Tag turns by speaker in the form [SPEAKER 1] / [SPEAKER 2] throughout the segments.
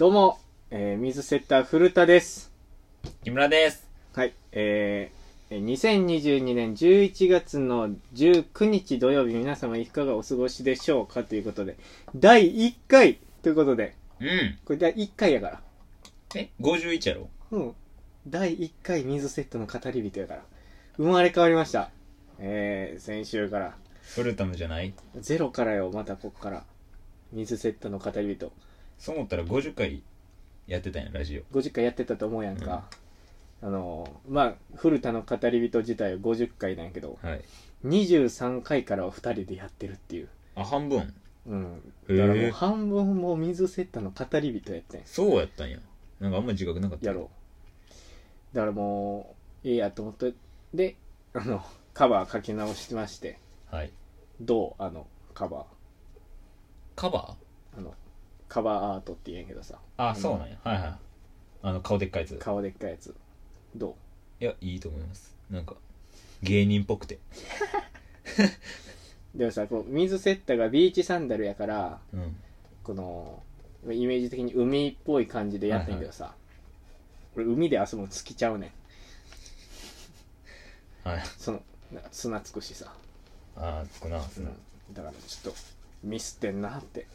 [SPEAKER 1] どうも、えー水セッター古田です。
[SPEAKER 2] 木村です。
[SPEAKER 1] はい、えーえー2022年11月の19日土曜日、皆様いかがお過ごしでしょうかということで、第1回ということで、
[SPEAKER 2] うん。
[SPEAKER 1] これ第1回やから。
[SPEAKER 2] え ?51 やろ
[SPEAKER 1] うん。第1回水セットの語り人やから。生まれ変わりました。えー、先週から。
[SPEAKER 2] 古田のじゃない
[SPEAKER 1] ゼロからよ、またこっから。水セットの語り人。
[SPEAKER 2] そう思ったら50回やってたんや、ラジオ。
[SPEAKER 1] 50回やってたと思うやんか。あのー、まあ、古田の語り人自体は50回なんやけど、
[SPEAKER 2] はい。
[SPEAKER 1] 23回からは2人でやってるっていう。
[SPEAKER 2] あ、半分。
[SPEAKER 1] うん。
[SPEAKER 2] へ
[SPEAKER 1] だからもう
[SPEAKER 2] え。
[SPEAKER 1] 半分もう水セットの語り人やってん。
[SPEAKER 2] そうやったんや。なんかあんま自覚なかった。
[SPEAKER 1] やろうだからもうええやと思ってであのカバー書き直しまして
[SPEAKER 2] はい。
[SPEAKER 1] どうあのカバ
[SPEAKER 2] カバ
[SPEAKER 1] ーあのカバーアートって言うんやけどさ
[SPEAKER 2] ーあ、そうなんや。はいはい。あの、顔でっかいやつ。
[SPEAKER 1] 顔でっかいやつど
[SPEAKER 2] いや、いいと思います。なんか、芸人っぽくて。
[SPEAKER 1] うでもさこう水セッタがビーチサンダルやから
[SPEAKER 2] うん。
[SPEAKER 1] このイメージ的に海っぽい感じでやってんけどさ、俺海で遊ぶの好きちゃうねん
[SPEAKER 2] はい。
[SPEAKER 1] そのなんか砂つくしさ、
[SPEAKER 2] あー、つくな。つ
[SPEAKER 1] う
[SPEAKER 2] くな。
[SPEAKER 1] ん、だからちょっとミスってんな って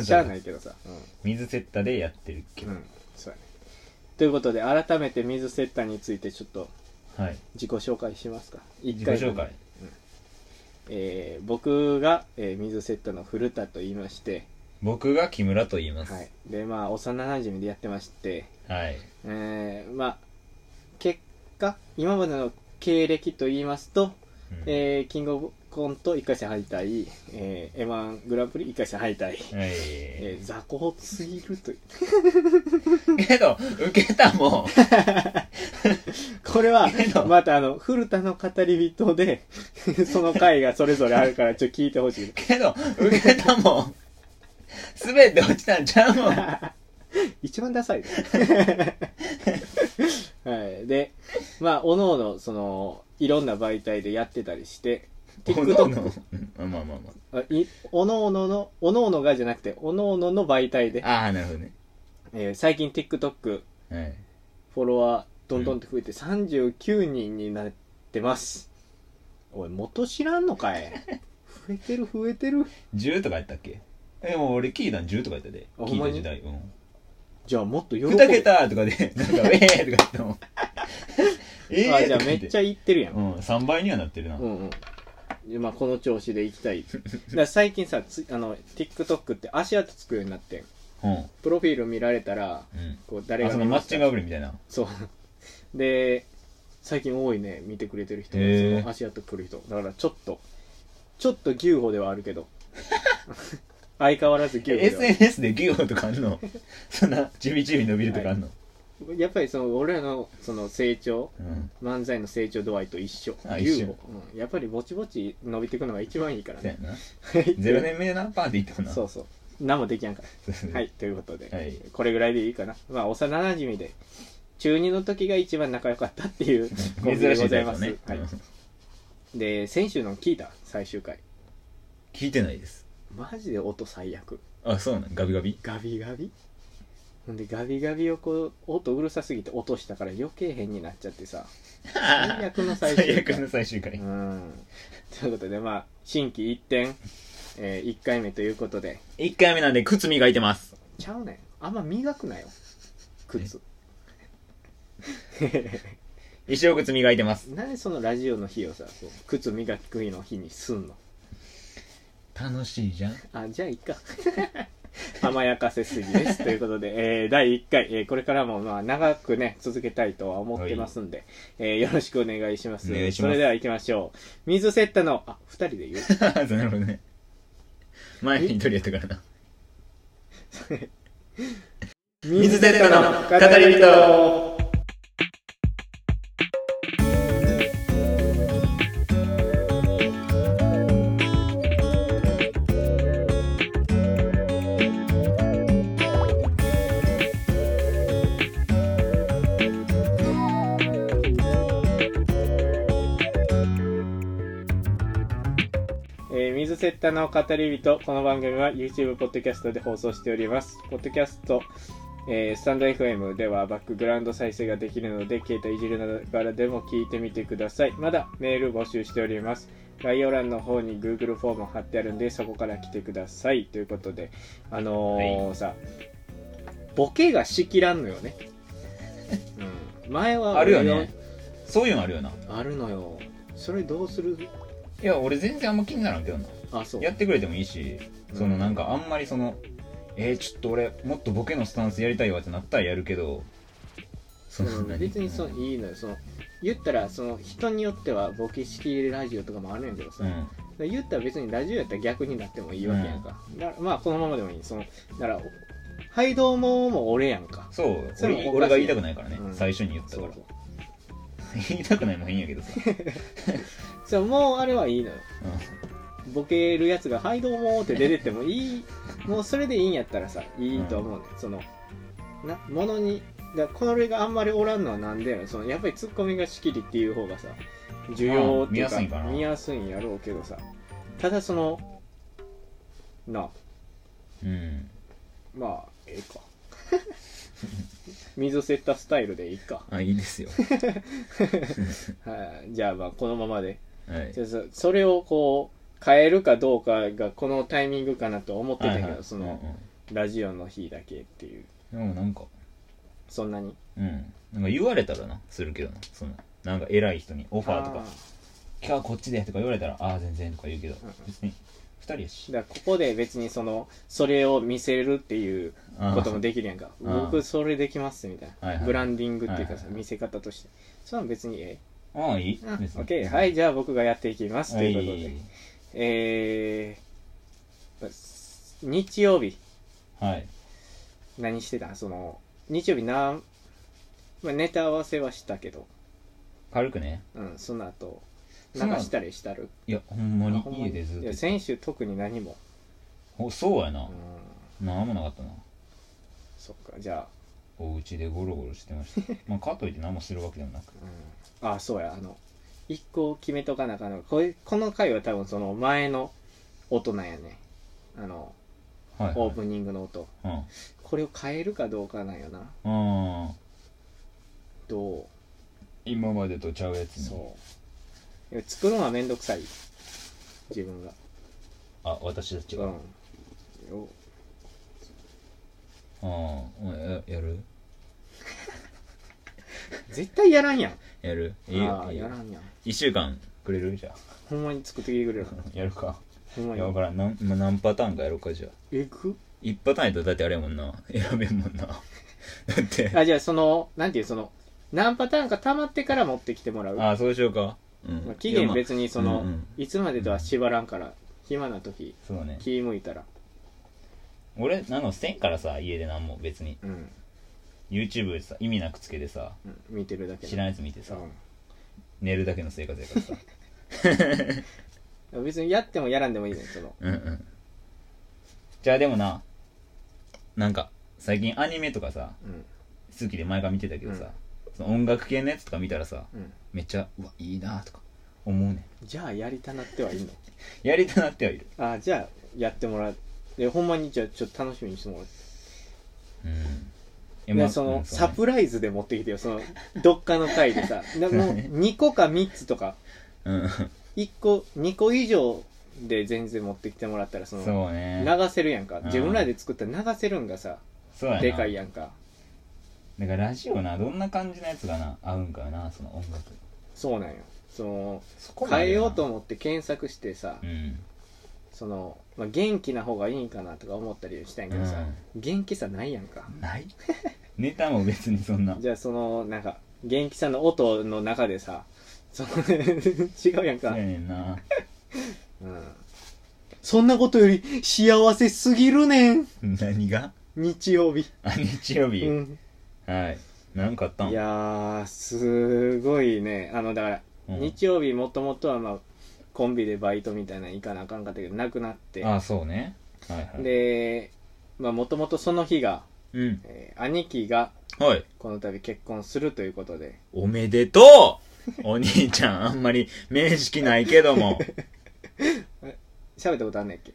[SPEAKER 1] し
[SPEAKER 2] し
[SPEAKER 1] ゃ
[SPEAKER 2] ゃ
[SPEAKER 1] あ
[SPEAKER 2] あ
[SPEAKER 1] な
[SPEAKER 2] ないい。
[SPEAKER 1] けどさ、うん
[SPEAKER 2] 水セッタでやってるけ
[SPEAKER 1] う
[SPEAKER 2] ど。
[SPEAKER 1] ん、そうやね。ということで、改めて水セッターについてちょっと
[SPEAKER 2] はい。
[SPEAKER 1] 自己紹介しますか。
[SPEAKER 2] 自
[SPEAKER 1] 一
[SPEAKER 2] 己紹介。
[SPEAKER 1] えー僕が、えー水セッターの古田と言いまして、
[SPEAKER 2] 僕が木村と言います。
[SPEAKER 1] はい。で、まあ、幼馴染でやってまして、
[SPEAKER 2] はい。
[SPEAKER 1] えーまあ、結果、今までの経歴と言いますと、
[SPEAKER 2] うん
[SPEAKER 1] えーキングオブコント1回戦敗退、えー、M1 グランプリ1回戦敗退、
[SPEAKER 2] はい。
[SPEAKER 1] えー雑魚すぎるという。
[SPEAKER 2] けど、受けたもん。
[SPEAKER 1] これは
[SPEAKER 2] けど
[SPEAKER 1] またあの古田の語り人で その回がそれぞれあるからちょっと聞いてほしい
[SPEAKER 2] けど、受けたもん。すべて落ちたんちゃうもん。は
[SPEAKER 1] 一番ダサいね、はい、でまあおのおのそのいろんな媒体でやってたりして
[SPEAKER 2] の
[SPEAKER 1] TikTok
[SPEAKER 2] まあまあま
[SPEAKER 1] あいおのおののおのおのがじゃなくておのおのの媒体で、
[SPEAKER 2] あ。ああ、なるほどね。
[SPEAKER 1] えー最近 TikTok
[SPEAKER 2] はい。
[SPEAKER 1] フォロワーどんどんと増えて39人になってます、おい元知らんのかい増えてる増えてる
[SPEAKER 2] 10とかやったっけえ、もう俺聞いたん10とかやったで。
[SPEAKER 1] あ
[SPEAKER 2] 聞いた時代。うん。
[SPEAKER 1] じゃあもっと喜ぶ
[SPEAKER 2] 2桁とかで、 なんか、ええとか言ったもん。ええ
[SPEAKER 1] あじゃあめっちゃ
[SPEAKER 2] ゃ。
[SPEAKER 1] 行ってるやん、
[SPEAKER 2] うん、3倍にはなってるな。
[SPEAKER 1] うんうんでまあ、この調子で行きたいだから最近さつあの TikTok って足跡つくようになってん
[SPEAKER 2] うん。うん。
[SPEAKER 1] プロフィール見られたらこう誰
[SPEAKER 2] あ、
[SPEAKER 1] が
[SPEAKER 2] その
[SPEAKER 1] 見
[SPEAKER 2] マ
[SPEAKER 1] まし
[SPEAKER 2] ッ
[SPEAKER 1] た
[SPEAKER 2] チングアプリみたいな。
[SPEAKER 1] そうで最近多いね見てくれてる人が
[SPEAKER 2] へー
[SPEAKER 1] その足跡来る人だからちょっとちょっと牛歩ではあるけど 相変わらず牛歩
[SPEAKER 2] え
[SPEAKER 1] ではある
[SPEAKER 2] SNS でギューとかあんの そんな、ちびちび伸びるとかあんの
[SPEAKER 1] やっぱりその俺らのその成長
[SPEAKER 2] うん。
[SPEAKER 1] 漫才の成長度合いと一緒
[SPEAKER 2] あ
[SPEAKER 1] 牛
[SPEAKER 2] 一
[SPEAKER 1] 歩
[SPEAKER 2] 緒、
[SPEAKER 1] うん、やっぱりぼちぼち伸びていくのが一番いいから
[SPEAKER 2] そう や
[SPEAKER 1] ね
[SPEAKER 2] な。
[SPEAKER 1] はい
[SPEAKER 2] 0年目でな、パーンっていったもんな。
[SPEAKER 1] そうそう何もできやんから
[SPEAKER 2] そう
[SPEAKER 1] はい、ということで、
[SPEAKER 2] はい
[SPEAKER 1] これぐらいでいいかな。まあ、幼馴染で、中2の時が一番仲良かったっていうコンビで
[SPEAKER 2] 珍し
[SPEAKER 1] ご
[SPEAKER 2] い
[SPEAKER 1] ざ
[SPEAKER 2] で
[SPEAKER 1] い
[SPEAKER 2] す
[SPEAKER 1] ま
[SPEAKER 2] よ
[SPEAKER 1] す。
[SPEAKER 2] ね、
[SPEAKER 1] はい
[SPEAKER 2] うん、
[SPEAKER 1] で、先週の聞いた最終回。
[SPEAKER 2] 聞いてないです
[SPEAKER 1] マジで音最悪。
[SPEAKER 2] あそうなんガビガビ
[SPEAKER 1] ガビガビほんで、ガビガビをこう、音うるさすぎて落としたから余計変になっちゃってさ、 最悪の最
[SPEAKER 2] 最
[SPEAKER 1] 終
[SPEAKER 2] 悪
[SPEAKER 1] 回。
[SPEAKER 2] の最終回、
[SPEAKER 1] うん。ということで、まあ、心機一転、え1回目ということで、
[SPEAKER 2] 一1回目なんで靴磨いてます
[SPEAKER 1] ちゃうねん。あんま磨くなよ。靴。
[SPEAKER 2] 一生靴磨いてます
[SPEAKER 1] なんでそのラジオの日をさこう靴磨く日の日にすんの
[SPEAKER 2] 楽しいじゃん
[SPEAKER 1] あじゃあいいか甘やかせすぎですということで、えー第1回、えーこれからもまあ長くね続けたいとは思ってますんで、えーよろしくお願いします
[SPEAKER 2] お願いし
[SPEAKER 1] そ
[SPEAKER 2] ます
[SPEAKER 1] れでは行きましょう水セッタのあ二2人で言う
[SPEAKER 2] そうなるほどね前に取りやったからな水セッタの語り人
[SPEAKER 1] えー水セッタの語り人この番組は YouTube ポッドキャストで放送しておりますポッドキャスト、えースタンド FM ではバックグラウンド再生ができるので携帯いじるながらでも聞いてみてくださいまだメール募集しております概要欄の方に Google フォーム貼ってあるんでそこから来てくださいということであのーさボケがしきらんのよね、うん、前は
[SPEAKER 2] あるよ
[SPEAKER 1] 俺
[SPEAKER 2] ねそういうのあるよな
[SPEAKER 1] があるのよそれどうする
[SPEAKER 2] いや俺全然あんま気にならんけどな
[SPEAKER 1] あそう
[SPEAKER 2] やってくれてもいいしそのなんかあんまりそのえー、ちょっと俺もっとボケのスタンスやりたいわってなったらやるけどその
[SPEAKER 1] うん別にそう
[SPEAKER 2] う
[SPEAKER 1] いいのよその言ったらその人によってはボケ式ラジオとかもあるんやけどさ、
[SPEAKER 2] ん、う
[SPEAKER 1] だか
[SPEAKER 2] ん、
[SPEAKER 1] ら言ったら別にラジオやったら逆になってもいいわけやんか,、だからまあこのままでもいいそのだから「はいどうも」も俺やんか
[SPEAKER 2] そう
[SPEAKER 1] それもおかしい
[SPEAKER 2] 俺俺が言いたくないからね、
[SPEAKER 1] うん
[SPEAKER 2] 最初に言った
[SPEAKER 1] そ
[SPEAKER 2] から
[SPEAKER 1] うそう
[SPEAKER 2] 言いたくないもんいいんやけどさ、
[SPEAKER 1] そうもうあれはいいのよ
[SPEAKER 2] う
[SPEAKER 1] ボケるやつが「はいどうも」って出てってもいいもうそれでいいんやったらさいいと思うね、そのなものにだからこれがあんまりおらんのはなんでやろそのやっぱりツッコミがしきりっていう方がさ需要っていうか
[SPEAKER 2] うん見やすいんかな
[SPEAKER 1] 見やすいんやろうけどさただそのなあ
[SPEAKER 2] んうん
[SPEAKER 1] まあええか 水を競ったスタイルでいいか、
[SPEAKER 2] あいいで すよ
[SPEAKER 1] はい、じゃあまあこのままで
[SPEAKER 2] はい
[SPEAKER 1] じゃあそそれをこう変えるかどうかがこのタイミングかなと思ってたけど、
[SPEAKER 2] はいはい
[SPEAKER 1] その、
[SPEAKER 2] うんうん
[SPEAKER 1] ラジオの日だけっていう
[SPEAKER 2] でもなんか、
[SPEAKER 1] そんなに
[SPEAKER 2] うん。なんか言われたらな、するけどな。その、なんか偉い人にオファーとか、今日はこっちでとか言われたら、ああ、全然とか言うけど
[SPEAKER 1] うんうん、
[SPEAKER 2] 別に、二人やし。
[SPEAKER 1] だからここで別にそのそれを見せるっていう
[SPEAKER 2] あー
[SPEAKER 1] こともできるやんか
[SPEAKER 2] あー
[SPEAKER 1] 僕それできますみたいな、
[SPEAKER 2] はいはい
[SPEAKER 1] ブランディングっていうか
[SPEAKER 2] はい
[SPEAKER 1] さ、
[SPEAKER 2] はい
[SPEAKER 1] 見せ方としてそれは別にえ
[SPEAKER 2] ああ、いい
[SPEAKER 1] え、うん
[SPEAKER 2] 別に
[SPEAKER 1] OK はいじゃあ僕がやっていきますと
[SPEAKER 2] はいいう
[SPEAKER 1] ことで、えー、日曜日
[SPEAKER 2] はい。
[SPEAKER 1] 何してたその日曜日なん、まあ、ネタ合わせはしたけど
[SPEAKER 2] 軽くね。
[SPEAKER 1] うんその後流
[SPEAKER 2] その後
[SPEAKER 1] したりしたる
[SPEAKER 2] いや、ほんま
[SPEAKER 1] あほん
[SPEAKER 2] に
[SPEAKER 1] まに
[SPEAKER 2] 家でずっ
[SPEAKER 1] い
[SPEAKER 2] と
[SPEAKER 1] や。先週特に何も、
[SPEAKER 2] おそうやな
[SPEAKER 1] う。ん、
[SPEAKER 2] なんもなかったな。
[SPEAKER 1] そっかじゃあ
[SPEAKER 2] お家でゴロゴロしてま した。まあ、かといって何もするわけでもなく。
[SPEAKER 1] うんあそうやあの一個決めとかなあかんのこれこの回は多分その前の音なんやねあの
[SPEAKER 2] はい。
[SPEAKER 1] オープニングの音
[SPEAKER 2] うん。あ
[SPEAKER 1] これを変えるかどうかなんよな
[SPEAKER 2] あー、
[SPEAKER 1] ど
[SPEAKER 2] 今までとちゃうや
[SPEAKER 1] う
[SPEAKER 2] つに。
[SPEAKER 1] そういや作るのはめんどくさい自分が
[SPEAKER 2] あ、私たち
[SPEAKER 1] う
[SPEAKER 2] が。あ
[SPEAKER 1] んよ
[SPEAKER 2] あー、お前ややる
[SPEAKER 1] 絶対やらんやん
[SPEAKER 2] やるいい
[SPEAKER 1] あ
[SPEAKER 2] よ
[SPEAKER 1] あ
[SPEAKER 2] いい
[SPEAKER 1] や
[SPEAKER 2] よ
[SPEAKER 1] ら。んやん
[SPEAKER 2] 一週間くれるじゃあ。
[SPEAKER 1] ほんまに作ってきてくれる
[SPEAKER 2] やるか。
[SPEAKER 1] ほんま
[SPEAKER 2] い
[SPEAKER 1] に
[SPEAKER 2] や、わからん。なんま何パターンかやろうか、じゃあ。
[SPEAKER 1] えぐ
[SPEAKER 2] 一パターンやったらだってあれやもんな。 選べんもんな。だって。
[SPEAKER 1] あじゃあそのなんていうその何パターンか溜まってから持ってきてもらう
[SPEAKER 2] ああ、そうしようか。うん。
[SPEAKER 1] まあ、期限別にその、
[SPEAKER 2] うんうん
[SPEAKER 1] いつまでとは縛らんから暇な時
[SPEAKER 2] いやまあそうね。
[SPEAKER 1] 気向いたら
[SPEAKER 2] 俺、なの、せんからさ、家でなんも別に。
[SPEAKER 1] うん、
[SPEAKER 2] YouTube でさ、意味なくつけてさ、
[SPEAKER 1] うん、見てるだけ
[SPEAKER 2] 知らんやつ見てさ、
[SPEAKER 1] う
[SPEAKER 2] 寝るだけの生活や からさ。
[SPEAKER 1] ん、別にやってもやらんでもいいねその
[SPEAKER 2] うんうん。じゃあでもな、なんか、最近アニメとかさ、
[SPEAKER 1] うん
[SPEAKER 2] 好きで前から見てたけどさ、その音楽系のやつとか見たらさ、
[SPEAKER 1] うん
[SPEAKER 2] めっちゃ、うわ、いいなとか、思うねん。
[SPEAKER 1] じゃあやりたなってはいいの
[SPEAKER 2] やりたなってはいる。
[SPEAKER 1] あじゃあやってもらってほんまにじゃあちょっと楽しみにしてもらって
[SPEAKER 2] うんい
[SPEAKER 1] で
[SPEAKER 2] やまあ
[SPEAKER 1] その
[SPEAKER 2] うんそうね
[SPEAKER 1] サプライズで持ってきてよそのどっかの回で さなもう2個か3つとか
[SPEAKER 2] うん
[SPEAKER 1] 1個2個以上で全然持ってきてもらったらその
[SPEAKER 2] そうね
[SPEAKER 1] 流せるやんか
[SPEAKER 2] うん
[SPEAKER 1] 自分らで作ったら流せるんがさ
[SPEAKER 2] そうやな
[SPEAKER 1] でかいやんか
[SPEAKER 2] だからラジオなどんな感じのやつがな合うんかなその音楽
[SPEAKER 1] そうなんよその
[SPEAKER 2] そこまで
[SPEAKER 1] 変えようと
[SPEAKER 2] う
[SPEAKER 1] 思って検索してさ、
[SPEAKER 2] うん
[SPEAKER 1] その、まあ、元気な方がいいんかなとか思ったりしたんやけどさ、元気さないやんか
[SPEAKER 2] ない ネタも別にそんな
[SPEAKER 1] じゃあそのなんか元気さの音の中でさその違うやん
[SPEAKER 2] そう
[SPEAKER 1] か、
[SPEAKER 2] やねんな
[SPEAKER 1] うん、そんなことより幸せすぎるねん
[SPEAKER 2] 何が
[SPEAKER 1] 日曜日、
[SPEAKER 2] あ日曜日、
[SPEAKER 1] うん、
[SPEAKER 2] はい何かあったん
[SPEAKER 1] いやーすごいねあのだから、
[SPEAKER 2] うん
[SPEAKER 1] 日曜日もともとはまあコンビでバイトみたいなの行かなあかんかったけどなくなって
[SPEAKER 2] あそうねはいはい
[SPEAKER 1] でまあもともとその日が、
[SPEAKER 2] うん
[SPEAKER 1] えー兄貴が
[SPEAKER 2] はい
[SPEAKER 1] この度結婚するということで
[SPEAKER 2] おめ でとうお兄ちゃんあんまり面識ないけども
[SPEAKER 1] 喋ったことあんねんっけ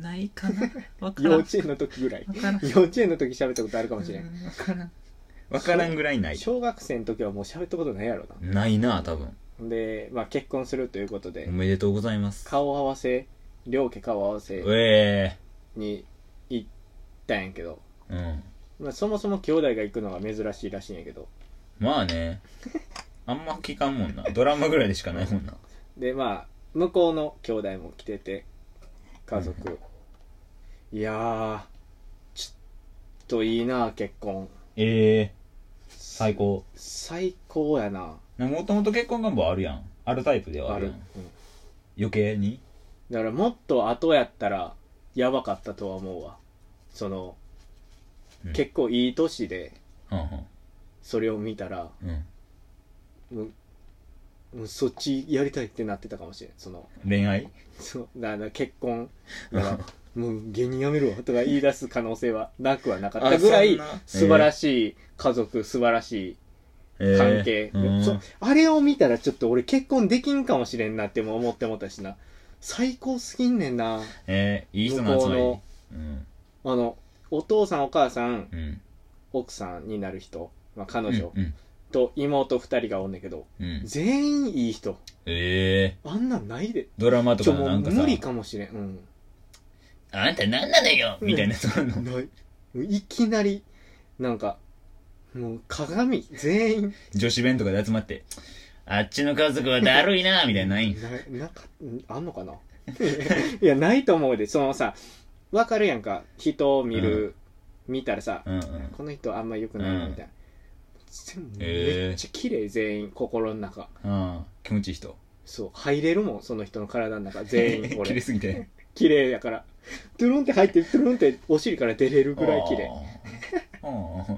[SPEAKER 2] ないかなわから
[SPEAKER 1] 幼
[SPEAKER 2] ん
[SPEAKER 1] 稚園の時ぐらい
[SPEAKER 2] わからん
[SPEAKER 1] 幼稚園の時喋ったことあるかもしれん
[SPEAKER 2] うんわからんわからんぐらいない
[SPEAKER 1] 小学生の時はもう喋ったことないやろ
[SPEAKER 2] ないな多分
[SPEAKER 1] なで、まあ、結婚するということで
[SPEAKER 2] おめでとうございます
[SPEAKER 1] 顔合わせ両家顔合わせ
[SPEAKER 2] え
[SPEAKER 1] に行ったんやけど、
[SPEAKER 2] えうん
[SPEAKER 1] まあ、そもそも兄弟が行くのが珍しいらしいんやけど
[SPEAKER 2] まあねあんま聞かんもんなドラマぐらいでしかないもんな
[SPEAKER 1] でまあ向こうの兄弟も来てて家族いやーちょっといいな結婚
[SPEAKER 2] ええ最高
[SPEAKER 1] 最高やな
[SPEAKER 2] もともと結婚願望あるやんあるタイプではあるやん
[SPEAKER 1] うん
[SPEAKER 2] 余計に
[SPEAKER 1] だからもっと後やったらやばかったとは思うわその、
[SPEAKER 2] うん
[SPEAKER 1] 結構いい年で
[SPEAKER 2] はんはん
[SPEAKER 1] それを見たら
[SPEAKER 2] うん
[SPEAKER 1] もうもうそっちやりたいってなってたかもしれんその
[SPEAKER 2] 恋愛
[SPEAKER 1] そのだから結婚だ からもう芸人やめるわとか言い出す可能性はなくはなかったぐら
[SPEAKER 2] あそん
[SPEAKER 1] い
[SPEAKER 2] な
[SPEAKER 1] 素晴らしい家族素晴らしい関係、
[SPEAKER 2] ええうん
[SPEAKER 1] そあれを見たらちょっと俺結婚できんかもしれんなっても思ってもたしな最高すぎんねんな
[SPEAKER 2] ええいい人の集まり
[SPEAKER 1] 向こ
[SPEAKER 2] うん
[SPEAKER 1] あのお父さんお母さん
[SPEAKER 2] うん
[SPEAKER 1] 奥さんになる人、まあ、彼
[SPEAKER 2] うん
[SPEAKER 1] 女
[SPEAKER 2] うん
[SPEAKER 1] と妹2人がおんねんけど、
[SPEAKER 2] うん
[SPEAKER 1] 全員いい人
[SPEAKER 2] ええ
[SPEAKER 1] あんなんないで
[SPEAKER 2] ドラマと
[SPEAKER 1] ち
[SPEAKER 2] か
[SPEAKER 1] ょも
[SPEAKER 2] な
[SPEAKER 1] うん
[SPEAKER 2] か
[SPEAKER 1] 無
[SPEAKER 2] さ
[SPEAKER 1] 理かもしれんうん
[SPEAKER 2] あんた何なのよみたいなそういうの
[SPEAKER 1] ないいきなりなんかもう鏡全員
[SPEAKER 2] 女子弁とかで集まってあっちの家族はだるいなみたいなないん
[SPEAKER 1] ななかあんのかな いやないと思うでそのさわかるやんか人を見る、見たらさ、
[SPEAKER 2] うんうん
[SPEAKER 1] この人あんま良くないなみたいな、全部めっちゃ綺麗全員心の中
[SPEAKER 2] ああ気持ちいい人
[SPEAKER 1] そう入れるもんその人の体の中全員
[SPEAKER 2] 綺麗
[SPEAKER 1] 俺
[SPEAKER 2] すぎて
[SPEAKER 1] 綺麗やからトゥルンって入ってトゥルンってお尻から出れるぐらい綺麗
[SPEAKER 2] あー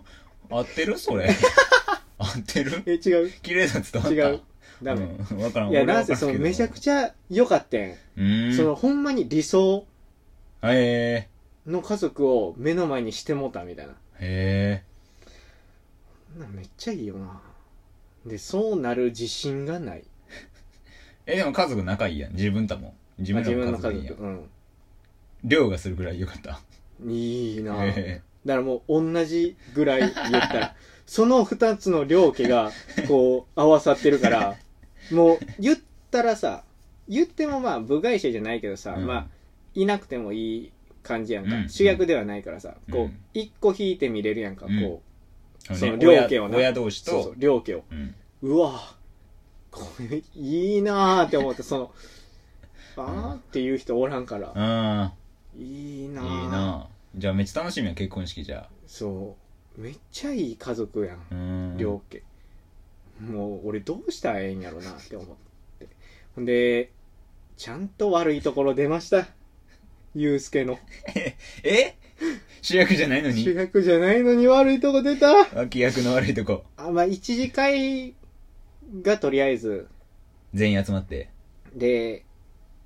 [SPEAKER 2] あー合って るそれ合ってる
[SPEAKER 1] え違う
[SPEAKER 2] 綺麗だ伝わっ
[SPEAKER 1] 違
[SPEAKER 2] た
[SPEAKER 1] うダメ、
[SPEAKER 2] うん、分からん
[SPEAKER 1] いやなんせそのめちゃく
[SPEAKER 2] ち
[SPEAKER 1] ちゃ良かったん、
[SPEAKER 2] ゃうん
[SPEAKER 1] そのほんまに理想
[SPEAKER 2] へ
[SPEAKER 1] の家族を目の前にしてもうたみたいな
[SPEAKER 2] えへえ
[SPEAKER 1] そんなんめっちゃいいよなでそうなる自信がない
[SPEAKER 2] えでも家族仲いいやん自分たも自
[SPEAKER 1] あ
[SPEAKER 2] 分
[SPEAKER 1] 自
[SPEAKER 2] ら
[SPEAKER 1] 分
[SPEAKER 2] も
[SPEAKER 1] の
[SPEAKER 2] 家
[SPEAKER 1] 家
[SPEAKER 2] 族いいやん
[SPEAKER 1] 族うん
[SPEAKER 2] 量がするぐらいよかった
[SPEAKER 1] いいなぁ
[SPEAKER 2] へ
[SPEAKER 1] だからもう同じぐらい言ったらその2つの両家がこう合わさってるからもう言ったらさ言ってもまあ部外者じゃないけどさ、
[SPEAKER 2] うん
[SPEAKER 1] まあいなくてもいい感じやんか、
[SPEAKER 2] うん
[SPEAKER 1] 主役ではないからさ、
[SPEAKER 2] う
[SPEAKER 1] こ
[SPEAKER 2] ん
[SPEAKER 1] う一個引いて見れるやんか、
[SPEAKER 2] うん
[SPEAKER 1] こう
[SPEAKER 2] え
[SPEAKER 1] その
[SPEAKER 2] ね
[SPEAKER 1] 両家をな
[SPEAKER 2] 親親同士と
[SPEAKER 1] そうそう両家を
[SPEAKER 2] うん
[SPEAKER 1] うわぁこれいいなぁって思ってそのあーっていう人おらんから
[SPEAKER 2] あ
[SPEAKER 1] いい
[SPEAKER 2] あ
[SPEAKER 1] ない
[SPEAKER 2] い
[SPEAKER 1] ぁ
[SPEAKER 2] なじゃあめっちゃ楽しみや結婚式じゃ
[SPEAKER 1] そうめっちゃいい家族やん
[SPEAKER 2] あうん
[SPEAKER 1] 両家もう俺どうしたらええんやろなって思ってほんでちゃんと悪いところ出ましたゆうすけの
[SPEAKER 2] え 主役じゃないの
[SPEAKER 1] 主
[SPEAKER 2] に
[SPEAKER 1] 役じゃないのに悪いとこ出た
[SPEAKER 2] 脇役の悪いとこ
[SPEAKER 1] あまあ一次会がとりあえず
[SPEAKER 2] 全員集まって
[SPEAKER 1] で、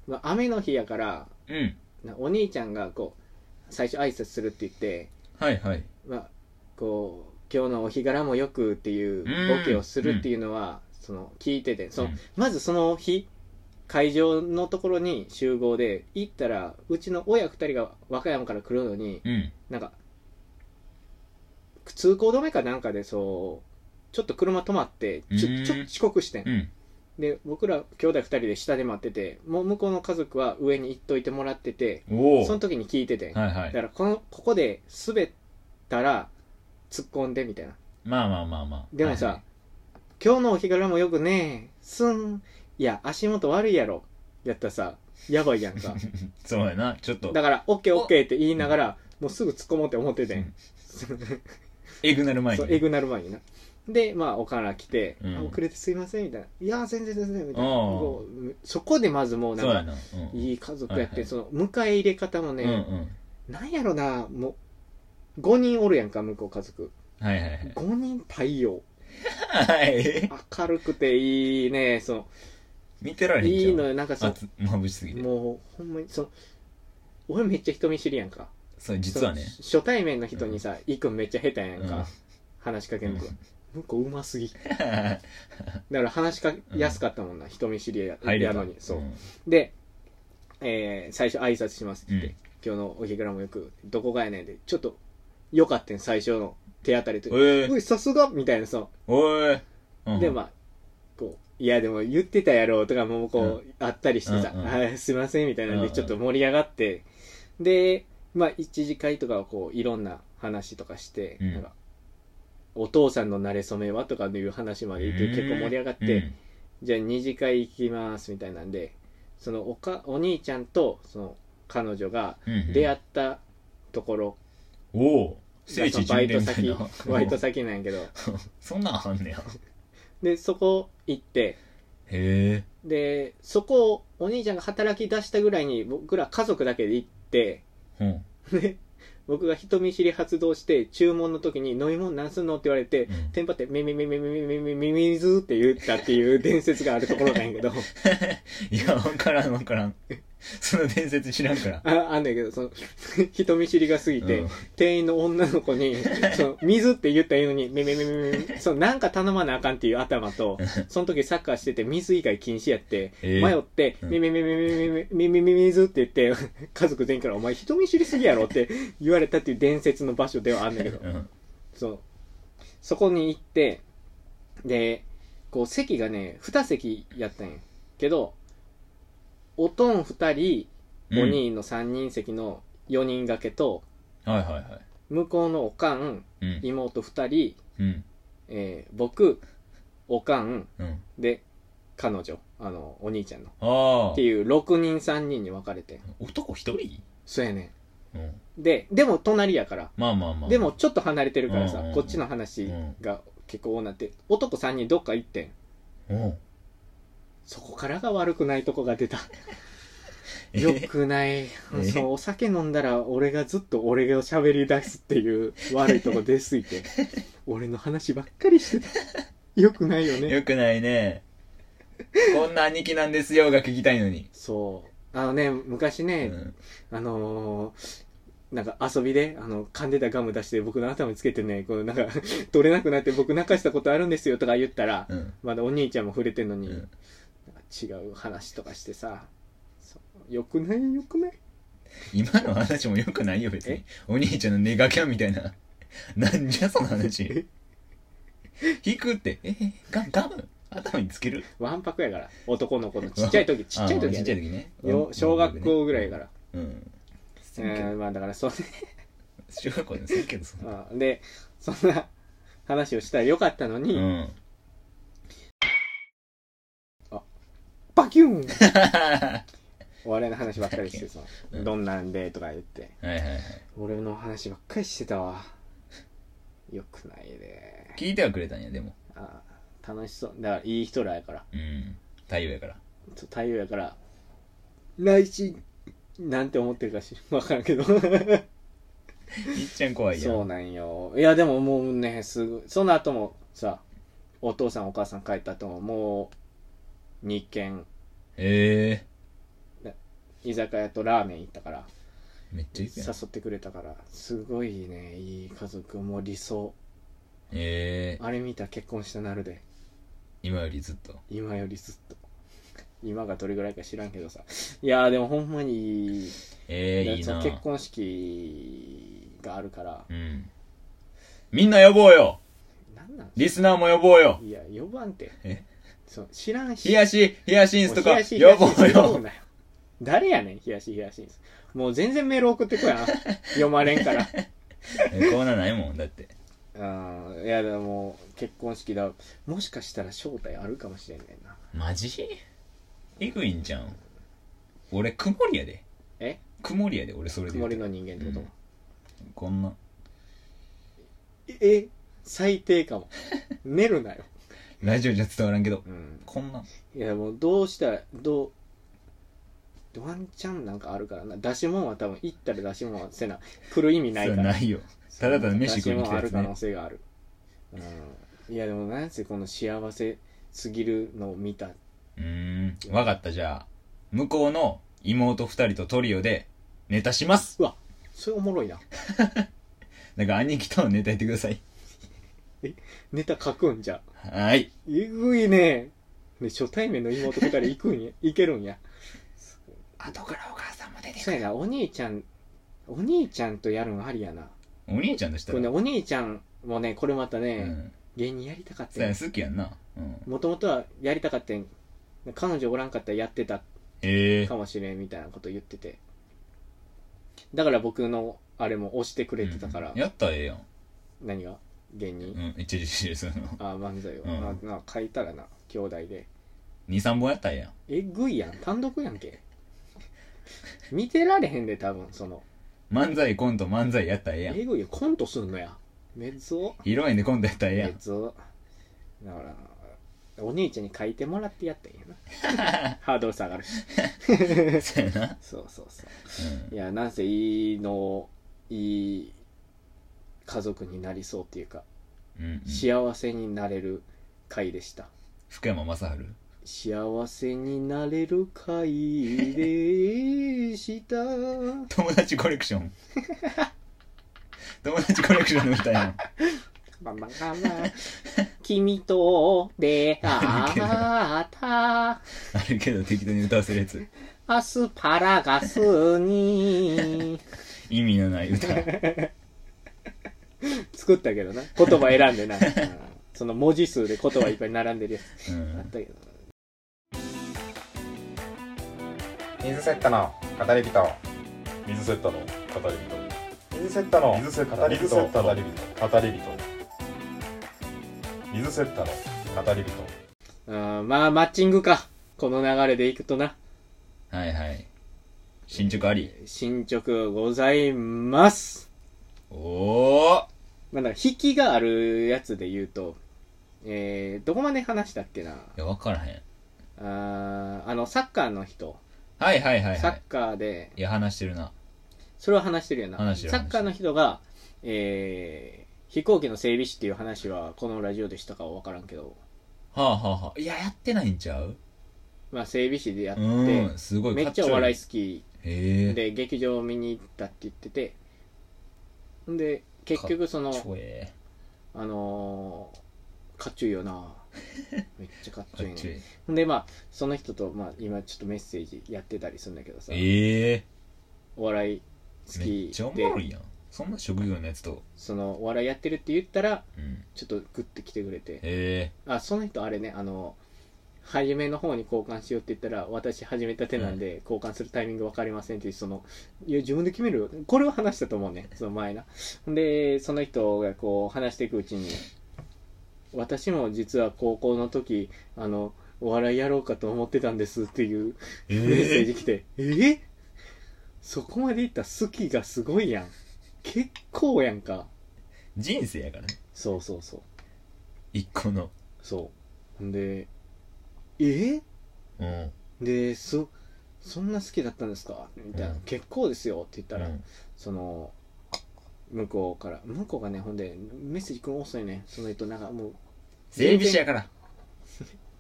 [SPEAKER 1] まあ、雨の日やから
[SPEAKER 2] うん
[SPEAKER 1] なお兄ちゃんがこう最初挨拶するって言って
[SPEAKER 2] はいはい
[SPEAKER 1] まあこう今日のお日柄もよくっていう
[SPEAKER 2] うん
[SPEAKER 1] ボケをするっていうのは、その聞いててその、
[SPEAKER 2] うん
[SPEAKER 1] まずその日会場のところに集合で行ったらうちの親2人が和歌山から来るのに
[SPEAKER 2] うん
[SPEAKER 1] なんか通行止めかなんかでそうちょっと車止まってち
[SPEAKER 2] う
[SPEAKER 1] ょ
[SPEAKER 2] ん
[SPEAKER 1] ちょっと遅刻してん、
[SPEAKER 2] うん
[SPEAKER 1] で僕ら兄弟2人で下で待っててもう向こうの家族は上に行っといてもらってて
[SPEAKER 2] おお
[SPEAKER 1] その時に聞いててん
[SPEAKER 2] はいは
[SPEAKER 1] だ
[SPEAKER 2] い
[SPEAKER 1] からこのここで滑ったら突っ込んでみたいな
[SPEAKER 2] まあまあまあまあ
[SPEAKER 1] でもさ、
[SPEAKER 2] はいはい
[SPEAKER 1] 今日のお日柄もよくねすんいや足元悪いやろやったらさやばいやんか
[SPEAKER 2] そうやなちょっと
[SPEAKER 1] だからオッケーオッケーって言いながらもうすぐ突っ込もうって思ってて
[SPEAKER 2] うんんえぐなる前に
[SPEAKER 1] そうえぐなる前になでまあおから来て、
[SPEAKER 2] うん
[SPEAKER 1] あ遅れてすいません」みたいな「いや全然全然」みたいな
[SPEAKER 2] あー
[SPEAKER 1] こうそこでまずもうな
[SPEAKER 2] そうや
[SPEAKER 1] んか
[SPEAKER 2] なうん
[SPEAKER 1] いい家族やって、
[SPEAKER 2] はいはい
[SPEAKER 1] その迎え入れ方もね、
[SPEAKER 2] うんうん
[SPEAKER 1] なんやろなもう5人おるやんか向こう家族
[SPEAKER 2] はいはいはい
[SPEAKER 1] 5人太陽
[SPEAKER 2] はい
[SPEAKER 1] 明るくていいねその
[SPEAKER 2] 見てられへん
[SPEAKER 1] いいの
[SPEAKER 2] よ
[SPEAKER 1] よなんかそ
[SPEAKER 2] あ
[SPEAKER 1] の
[SPEAKER 2] つまぶしすぎて
[SPEAKER 1] もうほんまにその俺めっちゃ人見知りやんか
[SPEAKER 2] そう実はね
[SPEAKER 1] その初対面の人にさ「い、くんめっちゃ下手やんか、
[SPEAKER 2] うん
[SPEAKER 1] 話しかけんの
[SPEAKER 2] うん
[SPEAKER 1] 向こううますぎ だから話しかけやすかったもんな、人見知りや
[SPEAKER 2] 入れ
[SPEAKER 1] や
[SPEAKER 2] た
[SPEAKER 1] のにそう、
[SPEAKER 2] ん
[SPEAKER 1] でえー最初挨拶しますって言って、
[SPEAKER 2] うん
[SPEAKER 1] 今日のお日らもよく「どこがやねん」でちょっとよかったん最初の手当たりというか
[SPEAKER 2] え
[SPEAKER 1] う
[SPEAKER 2] ー、
[SPEAKER 1] いさすがみたいなさ、
[SPEAKER 2] おい、うん、
[SPEAKER 1] でまあこういやでも言ってたやろとかもこう、あったりしてさ「
[SPEAKER 2] うんうん
[SPEAKER 1] あーすいません」みたいなん
[SPEAKER 2] うん
[SPEAKER 1] で
[SPEAKER 2] うん
[SPEAKER 1] ちょっと盛り上がって、でまあ一次会とかはこういろんな話とかして、
[SPEAKER 2] うん
[SPEAKER 1] なんかお父さんの馴れ初めはとかいう話まで言って結構盛り上がって、じゃあ二次会行きますみたいなんでそのおかお兄ちゃんとその彼女が
[SPEAKER 2] うん、うん
[SPEAKER 1] 出会ったところ、
[SPEAKER 2] おお
[SPEAKER 1] な
[SPEAKER 2] 聖
[SPEAKER 1] んか
[SPEAKER 2] 地
[SPEAKER 1] バ
[SPEAKER 2] 巡
[SPEAKER 1] イ
[SPEAKER 2] 礼
[SPEAKER 1] ト
[SPEAKER 2] みたい
[SPEAKER 1] 先
[SPEAKER 2] な
[SPEAKER 1] バイト先なんやけど
[SPEAKER 2] そんなんあんねや
[SPEAKER 1] でそこ行って
[SPEAKER 2] へ
[SPEAKER 1] でそこをお兄ちゃんが働き出したぐらいに僕ら家族だけで行って
[SPEAKER 2] え、うん
[SPEAKER 1] で僕が人見知り発動して注文の時に「飲み物なんすんの?」って言われて
[SPEAKER 2] うん
[SPEAKER 1] テンパって「みみみみみみみみみみず」って言ったっていう伝説があるところなんやけど
[SPEAKER 2] いや分からん分からんその伝説知らんから
[SPEAKER 1] ああんだけどその 人見知りが過ぎて、
[SPEAKER 2] うん
[SPEAKER 1] 店員の女の子 に「その水」って言ったらいいのに「めめめめめ」そのなんか頼まなあかんっていう頭とその時サッカーしてて水以外禁止やって
[SPEAKER 2] ええ
[SPEAKER 1] 迷って「
[SPEAKER 2] うん
[SPEAKER 1] めめめめめめめめめめ水」って言って 家族全員から「お前人見知りすぎやろ」って言われたっていう伝説の場所ではあるんだけど
[SPEAKER 2] うん
[SPEAKER 1] そうそこに行ってでこう席がね2席やったんやけどおとん2人
[SPEAKER 2] うん
[SPEAKER 1] お兄の3人席の4人掛けと、
[SPEAKER 2] はいはいは
[SPEAKER 1] 向こうのおかん
[SPEAKER 2] いうん
[SPEAKER 1] 妹2人、
[SPEAKER 2] うん
[SPEAKER 1] えー僕おかん
[SPEAKER 2] うん
[SPEAKER 1] で彼女あのお兄ちゃんの
[SPEAKER 2] ああ
[SPEAKER 1] っていう6人3人に分かれて
[SPEAKER 2] 男一人、
[SPEAKER 1] そうやね
[SPEAKER 2] うん、
[SPEAKER 1] んででも隣やから
[SPEAKER 2] まあまあまあ
[SPEAKER 1] でもちょっと離れてるからさ
[SPEAKER 2] うんうんうん
[SPEAKER 1] こっちの話が結構多なって男3人どっか行ってん
[SPEAKER 2] うん
[SPEAKER 1] そこからが悪くないとこが出た
[SPEAKER 2] え
[SPEAKER 1] よくないそうお酒飲んだら俺がずっと俺が喋り出すっていう悪いとこ出すぎて俺の話ばっかりしてたよくないよね
[SPEAKER 2] よくないねこんな兄貴なんですよが聞きたいのに、
[SPEAKER 1] そう。あのね、昔
[SPEAKER 2] う
[SPEAKER 1] ね、
[SPEAKER 2] ん、
[SPEAKER 1] あのーなんか遊びで、あの、噛んでたガム出して僕の頭につけてね、こうなんか、取れなくなって僕泣かしたことあるんですよとか言ったら、
[SPEAKER 2] うん
[SPEAKER 1] まだお兄ちゃんも触れてんのに、
[SPEAKER 2] うん
[SPEAKER 1] なんか違う話とかしてさ、そうよくないよくない
[SPEAKER 2] 今の話もよくないよ別にお兄ちゃんのネガキャンみたいな なんじゃその話引くってえガムガム頭につける
[SPEAKER 1] わんぱくやから、男の子のちっちゃい時、ちっちゃい
[SPEAKER 2] あー
[SPEAKER 1] 時
[SPEAKER 2] ち
[SPEAKER 1] や
[SPEAKER 2] っちゃい
[SPEAKER 1] ね。
[SPEAKER 2] 時ね
[SPEAKER 1] よ小学校ぐらいからら。
[SPEAKER 2] うん
[SPEAKER 1] えーまあだから、そうね。
[SPEAKER 2] 小学校でもそうやけどそんな
[SPEAKER 1] あーで、そんな話をしたらよかったのに、
[SPEAKER 2] うん
[SPEAKER 1] バキューン我の話ばっかりしてさ、
[SPEAKER 2] うん
[SPEAKER 1] どんなんでとか言って
[SPEAKER 2] はいはいはい
[SPEAKER 1] 俺の話ばっかりしてたわよくないね
[SPEAKER 2] 聞いてはくれたんやでも
[SPEAKER 1] ああ楽しそうだからいい人らやから
[SPEAKER 2] うん太陽やから
[SPEAKER 1] ちょっと太陽やから来週なんて思ってるかし分からんけど
[SPEAKER 2] いっちゃん怖いやん
[SPEAKER 1] そうなんよいやでももうねすぐその後もさお父さんお母さん帰った後ももう2軒
[SPEAKER 2] え
[SPEAKER 1] 居酒屋とラーメン行ったから
[SPEAKER 2] ー、めっちゃいくやん
[SPEAKER 1] 誘ってくれたからすごいねいい家族もう理想
[SPEAKER 2] えー、
[SPEAKER 1] あれ見た結婚したなるで
[SPEAKER 2] 今よりずっと
[SPEAKER 1] 今よりずっと今がどれぐらいか知らんけどさいやーでもほんまにいい
[SPEAKER 2] えー、いい
[SPEAKER 1] その
[SPEAKER 2] な
[SPEAKER 1] 結婚式があるから
[SPEAKER 2] うんみんな呼ぼうよ
[SPEAKER 1] なんなん
[SPEAKER 2] リスナーも呼ぼうよ
[SPEAKER 1] いや呼ばんて
[SPEAKER 2] え
[SPEAKER 1] そう知らんし
[SPEAKER 2] ヒヤシヒヤシンスとか
[SPEAKER 1] もう冷や
[SPEAKER 2] 呼
[SPEAKER 1] し冷やし
[SPEAKER 2] ぼう
[SPEAKER 1] 呼ぶ
[SPEAKER 2] よ
[SPEAKER 1] なよ誰やねん冷やし冷やしもう全然メール送ってこ やん読まれんから
[SPEAKER 2] えコーナーないもんだって
[SPEAKER 1] うんいやでも結婚式だもしかしたら招待あるかもしれんねんな
[SPEAKER 2] マジえぐいんじゃん俺曇りやで
[SPEAKER 1] え
[SPEAKER 2] 曇りやで俺それで言
[SPEAKER 1] 曇
[SPEAKER 2] うと
[SPEAKER 1] りの人間ってこと、
[SPEAKER 2] うんこんな
[SPEAKER 1] え最低かも寝るなよ
[SPEAKER 2] ラジオじゃ伝わらんけど
[SPEAKER 1] うん
[SPEAKER 2] こんない
[SPEAKER 1] やもうどうしたらどうワンチャンなんかあるからな出し物は多分行ったら出し物はせな来る意味ない
[SPEAKER 2] そ
[SPEAKER 1] か
[SPEAKER 2] れ
[SPEAKER 1] ら
[SPEAKER 2] ないよただただ飯食いに来たや
[SPEAKER 1] 出し物あ
[SPEAKER 2] つね
[SPEAKER 1] る可能性がある、うん、いやでもなんせこの幸せすぎるのを見た
[SPEAKER 2] うーんわかったじゃあ向こうの妹二人とトリオでネタします
[SPEAKER 1] それおもろいな
[SPEAKER 2] だから兄貴とネタやってください
[SPEAKER 1] ネタ書くんじゃ
[SPEAKER 2] はーい
[SPEAKER 1] えぐいねね初対面の妹二人行くんや行けるんや
[SPEAKER 2] 後からお母さんも出て
[SPEAKER 1] そう
[SPEAKER 2] くる
[SPEAKER 1] やなお兄ちゃんお兄ちゃんとやるんありやな
[SPEAKER 2] お兄ちゃんとした
[SPEAKER 1] これ
[SPEAKER 2] ら、
[SPEAKER 1] ねお兄ちゃんもねこれまた
[SPEAKER 2] う
[SPEAKER 1] ね、
[SPEAKER 2] ん、
[SPEAKER 1] 芸人やりたかった
[SPEAKER 2] そう
[SPEAKER 1] よ
[SPEAKER 2] や好きやんな、うん、
[SPEAKER 1] もともとはやりたかったん彼女おらんかったらやってた
[SPEAKER 2] ええ
[SPEAKER 1] かもしれんみたいなこと言っててだから僕のあれも押してくれてたから、
[SPEAKER 2] うんやったらええやん
[SPEAKER 1] 何が芸
[SPEAKER 2] う
[SPEAKER 1] 人、
[SPEAKER 2] ん一時その
[SPEAKER 1] ああ漫才を、
[SPEAKER 2] うん
[SPEAKER 1] あな書いたらな兄弟で
[SPEAKER 2] 23本やったらええやん
[SPEAKER 1] えぐいやん単独やんけ見てられへんで多分その
[SPEAKER 2] 漫才コント漫才やったらええやん
[SPEAKER 1] えぐいよコントすんのやめっぞ
[SPEAKER 2] 披露宴でコントやったらええや
[SPEAKER 1] め
[SPEAKER 2] ん
[SPEAKER 1] っぞだからお兄ちゃんに書いてもらってやったんやな ハードル下がるし
[SPEAKER 2] そうやな、
[SPEAKER 1] そうそうそう
[SPEAKER 2] うん、
[SPEAKER 1] いやなんせいいのいい家族になりそうっていうか
[SPEAKER 2] うんうん
[SPEAKER 1] 幸せになれる回でした
[SPEAKER 2] 福山雅治
[SPEAKER 1] 幸せになれる回でした
[SPEAKER 2] 友達コレクション友達コレクションの歌やん
[SPEAKER 1] バンバンバンバン君と出会った
[SPEAKER 2] あるけど適当に歌わせるやつ
[SPEAKER 1] アスパラガスに
[SPEAKER 2] 意味のない歌
[SPEAKER 1] 作ったけどな言葉選んでなうんその文字数で言葉いっぱい並んでるやつあったけど
[SPEAKER 3] 水セットの語り人
[SPEAKER 4] 水セッタの語り
[SPEAKER 3] 水セットの
[SPEAKER 4] 人水セッタ
[SPEAKER 3] 語
[SPEAKER 4] の
[SPEAKER 3] り
[SPEAKER 4] 水
[SPEAKER 3] 人
[SPEAKER 4] セッタの語り人語り人水セッタの語り人
[SPEAKER 1] なうんまあマッチングかこの流れでいくとな
[SPEAKER 2] はいはい進捗あり
[SPEAKER 1] 進捗ございます
[SPEAKER 2] おお
[SPEAKER 1] まあなんか引きがあるやつで言うとえー、どこまで話したっけない
[SPEAKER 2] や分からへん
[SPEAKER 1] あーあのサッカーの人、
[SPEAKER 2] はいはいはいは
[SPEAKER 1] サッ
[SPEAKER 2] い
[SPEAKER 1] カーで
[SPEAKER 2] いや話してるな
[SPEAKER 1] それは話してるよな
[SPEAKER 2] 話してる
[SPEAKER 1] サッカーの人が、えー、飛行機の整備士っていう話はこのラジオでしたかは分からんけど、
[SPEAKER 2] はあはあはあいややってないんちゃう
[SPEAKER 1] まあ、整備士でやって、
[SPEAKER 2] うんすごい
[SPEAKER 1] めっちゃお笑い
[SPEAKER 2] へ
[SPEAKER 1] 好き
[SPEAKER 2] え
[SPEAKER 1] で劇場見に行ったって言っててで結局その
[SPEAKER 2] ちょえ
[SPEAKER 1] あのー、かっちょいいよなめっちゃかっ
[SPEAKER 2] え
[SPEAKER 1] ちょいい
[SPEAKER 2] かっちょ
[SPEAKER 1] ね
[SPEAKER 2] いい
[SPEAKER 1] ほんでまあその人と、まあ、今ちょっとメッセージやってたりするんだけどさ、
[SPEAKER 2] ええ
[SPEAKER 1] お笑い好
[SPEAKER 2] めっ
[SPEAKER 1] き
[SPEAKER 2] ちゃおもろ
[SPEAKER 1] で
[SPEAKER 2] いやんそんな職業のやつと
[SPEAKER 1] そのお笑いやってるって言ったら
[SPEAKER 2] うん
[SPEAKER 1] ちょっとグッて来てくれて
[SPEAKER 2] え
[SPEAKER 1] あその人あれねあの初めの方に交換しようって言ったら私始めた手なんで交換するタイミング分かりませんっていうそのいや自分で決めるよこれは話したと思うねその前なでその人がこう話していくうちに私も実は高校の時あのお笑いやろうかと思ってたんですっていう
[SPEAKER 2] え
[SPEAKER 1] メッセー
[SPEAKER 2] え
[SPEAKER 1] ジ来て「えーそこまでいったら好きがすごいやん結構やんか
[SPEAKER 2] 人生やからね
[SPEAKER 1] そうそうそう
[SPEAKER 2] 一個の
[SPEAKER 1] そうほんで「えー
[SPEAKER 2] うん
[SPEAKER 1] でそそんな好きだったんですか?」みたいな、
[SPEAKER 2] うん
[SPEAKER 1] 結構ですよ」って言ったら、
[SPEAKER 2] うん
[SPEAKER 1] その向こうから向こうがねほんでメッセージくん遅いねその人なんかもう
[SPEAKER 2] 整備士やから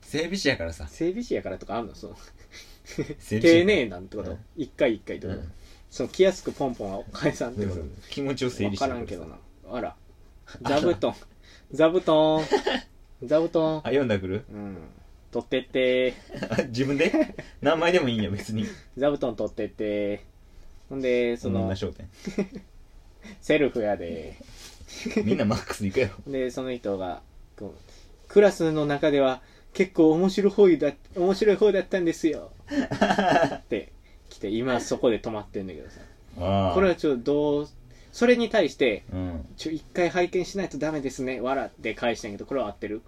[SPEAKER 2] 整備士やか らさ
[SPEAKER 1] 整備士やからとかあるのその
[SPEAKER 2] 丁
[SPEAKER 1] 丁寧なんてこと、
[SPEAKER 2] うん
[SPEAKER 1] 一回一回ってこと、その気安くポンポンはお返さんってこと、
[SPEAKER 2] 気持ちを整
[SPEAKER 1] 分
[SPEAKER 2] 理して
[SPEAKER 1] からんけどな あら座布団座布 団座布団
[SPEAKER 2] あ読んだくる
[SPEAKER 1] うん取ってって
[SPEAKER 2] 自分で 何枚でもいいんや別に
[SPEAKER 1] 座布団取ってってほんでそ
[SPEAKER 2] そん
[SPEAKER 1] の
[SPEAKER 2] な商店
[SPEAKER 1] セルフやで
[SPEAKER 2] みんなマックス いくやろ
[SPEAKER 1] でその人がこうクラスの中では結構面白い方だ面白い方だったんです よって来て今そこで止まってんだけどさ
[SPEAKER 2] ああ
[SPEAKER 1] これはちょっとどうそれに対して
[SPEAKER 2] うん
[SPEAKER 1] ちょ一回拝見しないとダメですね笑って返したんやけどこれは合ってる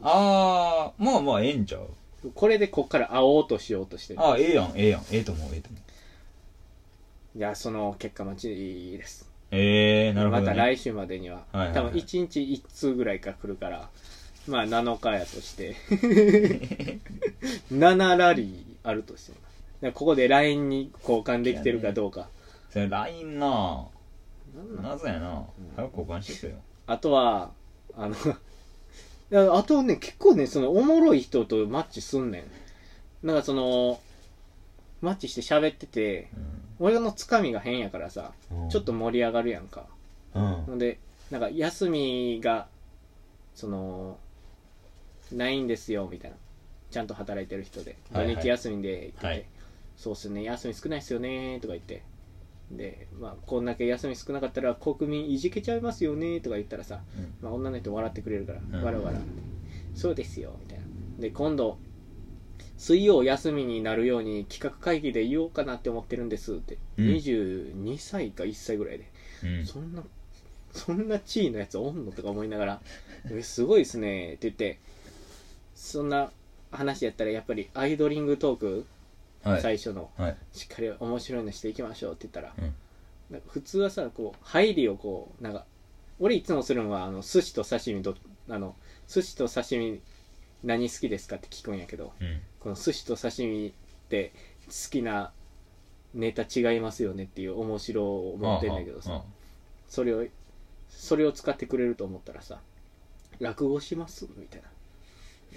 [SPEAKER 2] ああまあまあええんちゃう
[SPEAKER 1] これでこっから会おうとしようとしてる
[SPEAKER 2] ああええやんええやんええと思うええと思う
[SPEAKER 1] いやその結果待ちです、
[SPEAKER 2] ええなるほ
[SPEAKER 1] ま
[SPEAKER 2] ど、ね、
[SPEAKER 1] た来週までには,、
[SPEAKER 2] はいはいはい
[SPEAKER 1] 多分1日1通ぐらいか来るからまあ7日やとして 7ラリーあるとしてだからここで LINE に交換できてるかどうか、
[SPEAKER 2] それ LINE な
[SPEAKER 1] なんなん
[SPEAKER 2] 謎やな早く交換してくれよ
[SPEAKER 1] あとはあの いやあとね結構ねそのおもろい人とマッチすんねんなんかそのマッチして喋ってて俺のつかみが変やからさ
[SPEAKER 2] うん
[SPEAKER 1] ちょっと盛り上がるやんか、
[SPEAKER 2] うん
[SPEAKER 1] のでなんか休みがそのないんですよみたいなちゃんと働いてる人で
[SPEAKER 2] はい
[SPEAKER 1] 土
[SPEAKER 2] はい
[SPEAKER 1] 日休みでって言って、
[SPEAKER 2] はい
[SPEAKER 1] そうっすね休み少ないっすよねとか言ってでまあこんだけ休み少なかったら国民いじけちゃいますよねとか言ったらさ、
[SPEAKER 2] うん
[SPEAKER 1] まあ、女の人笑ってくれるから、
[SPEAKER 2] うん
[SPEAKER 1] わらわらってそうですよみたいなで今度水曜休みになるように企画会議で言おうかなって思ってるんですって、
[SPEAKER 2] うん
[SPEAKER 1] 22歳か1歳ぐらいで
[SPEAKER 2] うん
[SPEAKER 1] そんな、そんな地位のやつおんのとか思いながら、えすごいですねって言って、そんな話やったらやっぱりアイドリングトーク、
[SPEAKER 2] はい
[SPEAKER 1] 最初の、
[SPEAKER 2] はい
[SPEAKER 1] しっかり面白いのしていきましょうって言ったら、
[SPEAKER 2] うん
[SPEAKER 1] なんか普通はさ、こう、入りをこう、なんか、俺いつもするのは、あの、寿司と刺身と、あの、寿司と刺身何好きですかって聞くんやけど、
[SPEAKER 2] うん
[SPEAKER 1] この寿司と刺身って好きなネタ違いますよねっていう面白を持ってんだけどさ、
[SPEAKER 2] ああ
[SPEAKER 1] それをそれを使ってくれると思ったらさ「落語します?」みたいな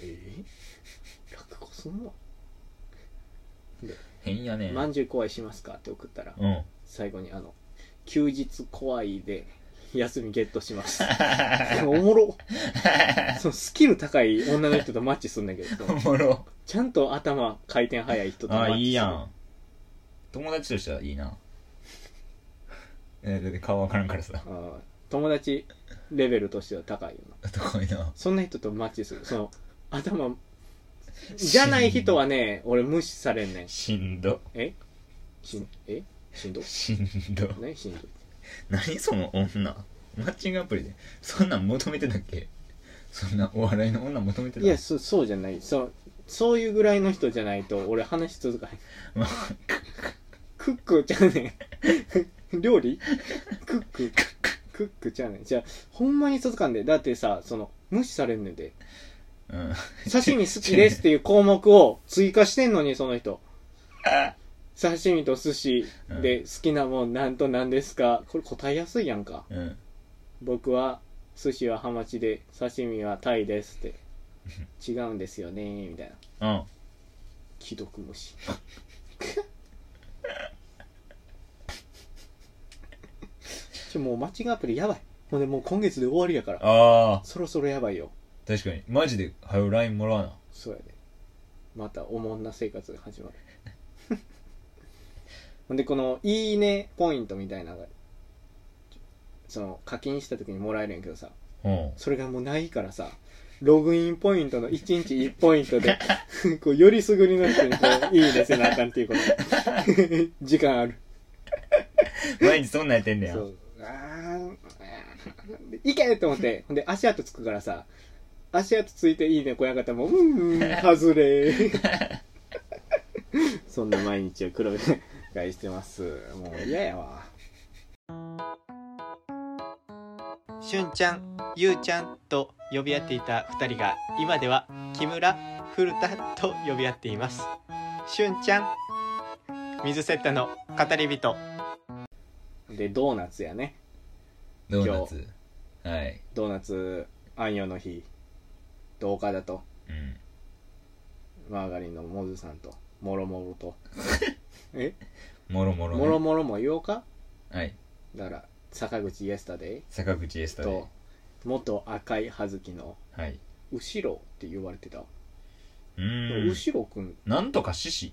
[SPEAKER 1] 「えー、落語すんの
[SPEAKER 2] 変やね
[SPEAKER 1] まんじゅう怖いしますか?」って送ったら
[SPEAKER 2] うん
[SPEAKER 1] 最後に「あの休日怖いで休みゲットします」 おもろそのスキル高い女の人とマッチすんだけど
[SPEAKER 2] おもろ
[SPEAKER 1] ちゃんと頭回転早い人とマッ
[SPEAKER 2] あ
[SPEAKER 1] チする
[SPEAKER 2] いいやん友達としてはいいなえだって顔わからんからさ
[SPEAKER 1] あー友達レベルとしては高いよな
[SPEAKER 2] 高いな
[SPEAKER 1] そんな人とマッチするその頭じゃない人はね俺無視されんねん
[SPEAKER 2] しんど
[SPEAKER 1] えしんえしんど
[SPEAKER 2] しんど
[SPEAKER 1] ねしんど
[SPEAKER 2] 何その女マッチングアプリでそんなん求めてたっけそんなお笑いの女求めてた
[SPEAKER 1] いやそそうじゃないそうそういうぐらいの人じゃないと俺話し続かへん
[SPEAKER 2] まあ
[SPEAKER 1] クックちゃうねん料理クッククックちゃうねんじゃあほんまに続かんでだってさその無視されんねんで
[SPEAKER 2] うん
[SPEAKER 1] 刺身好きですっていう項目を追加してんのにその人
[SPEAKER 2] あ
[SPEAKER 1] 刺身と寿司で好きなもんなんとなんですかこれ答えやすいやんか
[SPEAKER 2] うん
[SPEAKER 1] 僕は寿司はハマチで刺身はタイですって違うんですよねみたいな
[SPEAKER 2] うん
[SPEAKER 1] 既読無視 ちょもうマッチングアプリやばいほんでもう今月で終わりやから
[SPEAKER 2] ああ
[SPEAKER 1] そろそろやばいよ
[SPEAKER 2] 確かにマジで早う LINE もらわな
[SPEAKER 1] そうやでまたおもんな生活が始まる ほんでこの「いいね」ポイントみたいなのがその課金した時にもらえるんやけどさ
[SPEAKER 2] うん
[SPEAKER 1] それがもうないからさログインポイントの1日1ポイントで こうよりすぐりの人にこう「いいね」せなあかんっていうこと 時間ある
[SPEAKER 2] 毎日そんなんやってんねや
[SPEAKER 1] そうあーあーでいけと思ってほんで足跡つくからさ足跡ついていいね親方もうーん外れそんな毎日を黒で返してますもう嫌やわしゅんちゃんゆうちゃんと呼び合っていた2人が今では木村古田と呼び合っていますしゅんちゃん水セッタの語り人でドーナツやね
[SPEAKER 2] ドーナツはい
[SPEAKER 1] ドーナツあんよの日と岡田と
[SPEAKER 2] うん
[SPEAKER 1] マーガリンのモズさんともろもろ とえ
[SPEAKER 2] もろもろね
[SPEAKER 1] もろもろも言おうか
[SPEAKER 2] はい
[SPEAKER 1] だから坂口イエスタデ
[SPEAKER 2] 坂口エス
[SPEAKER 1] イ
[SPEAKER 2] タで
[SPEAKER 1] と元赤い葉月の
[SPEAKER 2] はい
[SPEAKER 1] 後ろって言われてた、
[SPEAKER 2] うーん
[SPEAKER 1] 後ろくん
[SPEAKER 2] なんとか獅子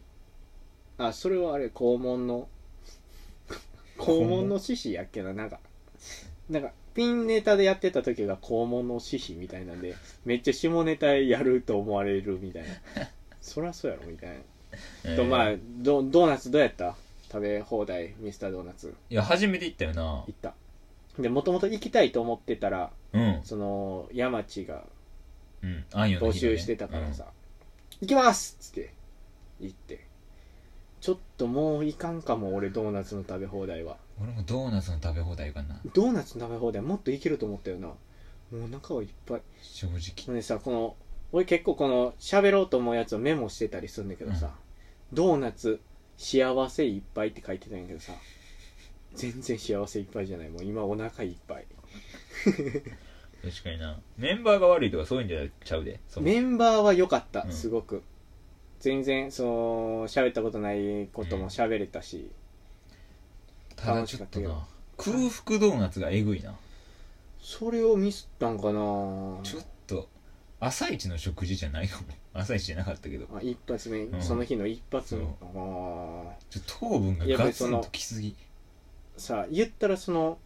[SPEAKER 1] あそれはあれ肛門 の肛門の獅子やっけななんかなんかピンネタでやってた時が肛門の獅子みたいなんでめっちゃ下ネタやると思われる みたいなそりゃそうやろみたいなと
[SPEAKER 2] えー
[SPEAKER 1] まあ
[SPEAKER 2] い
[SPEAKER 1] ドドーナツどうやった食べ放題ミスタードーナツ
[SPEAKER 2] や初めて行ったよな
[SPEAKER 1] 行ったでもともと行きたいと思ってたら
[SPEAKER 2] うん
[SPEAKER 1] その山地が
[SPEAKER 2] うんあんよの
[SPEAKER 1] 募
[SPEAKER 2] 日の
[SPEAKER 1] 集
[SPEAKER 2] ね
[SPEAKER 1] してたからさ「行きます!」っつって行ってちょっともういかんかも俺ドーナツの食べ放題は
[SPEAKER 2] うん俺もドーナツの食べ放題行かな
[SPEAKER 1] ドーナツの食べ放題もっといけると思ったよなもうお腹はいっぱい
[SPEAKER 2] 正直
[SPEAKER 1] ほんでさこの俺結構この喋ろうと思うやつをメモしてたりするんだけどさ、ドーナツ幸せいっぱいって書いてたんやけどさ全然幸せいっぱいじゃないもう今お腹いっぱい
[SPEAKER 2] 確かになメンバーが悪いとかそういうんじゃちゃうでそう
[SPEAKER 1] メンバーは良かった、
[SPEAKER 2] うん
[SPEAKER 1] すごく全然その喋ったことないことも喋れたし、
[SPEAKER 2] ただちょっと
[SPEAKER 1] 楽
[SPEAKER 2] な空腹ドーナツがえぐいな
[SPEAKER 1] それをミスったんかな
[SPEAKER 2] ちょっと朝一の食事じゃないかも 朝一じゃなかったけど
[SPEAKER 1] あ一発目、
[SPEAKER 2] うん
[SPEAKER 1] その日の一発目
[SPEAKER 2] そう
[SPEAKER 1] あ
[SPEAKER 2] ちょっと糖分がガツンときすぎ
[SPEAKER 1] ーさあ言ったらその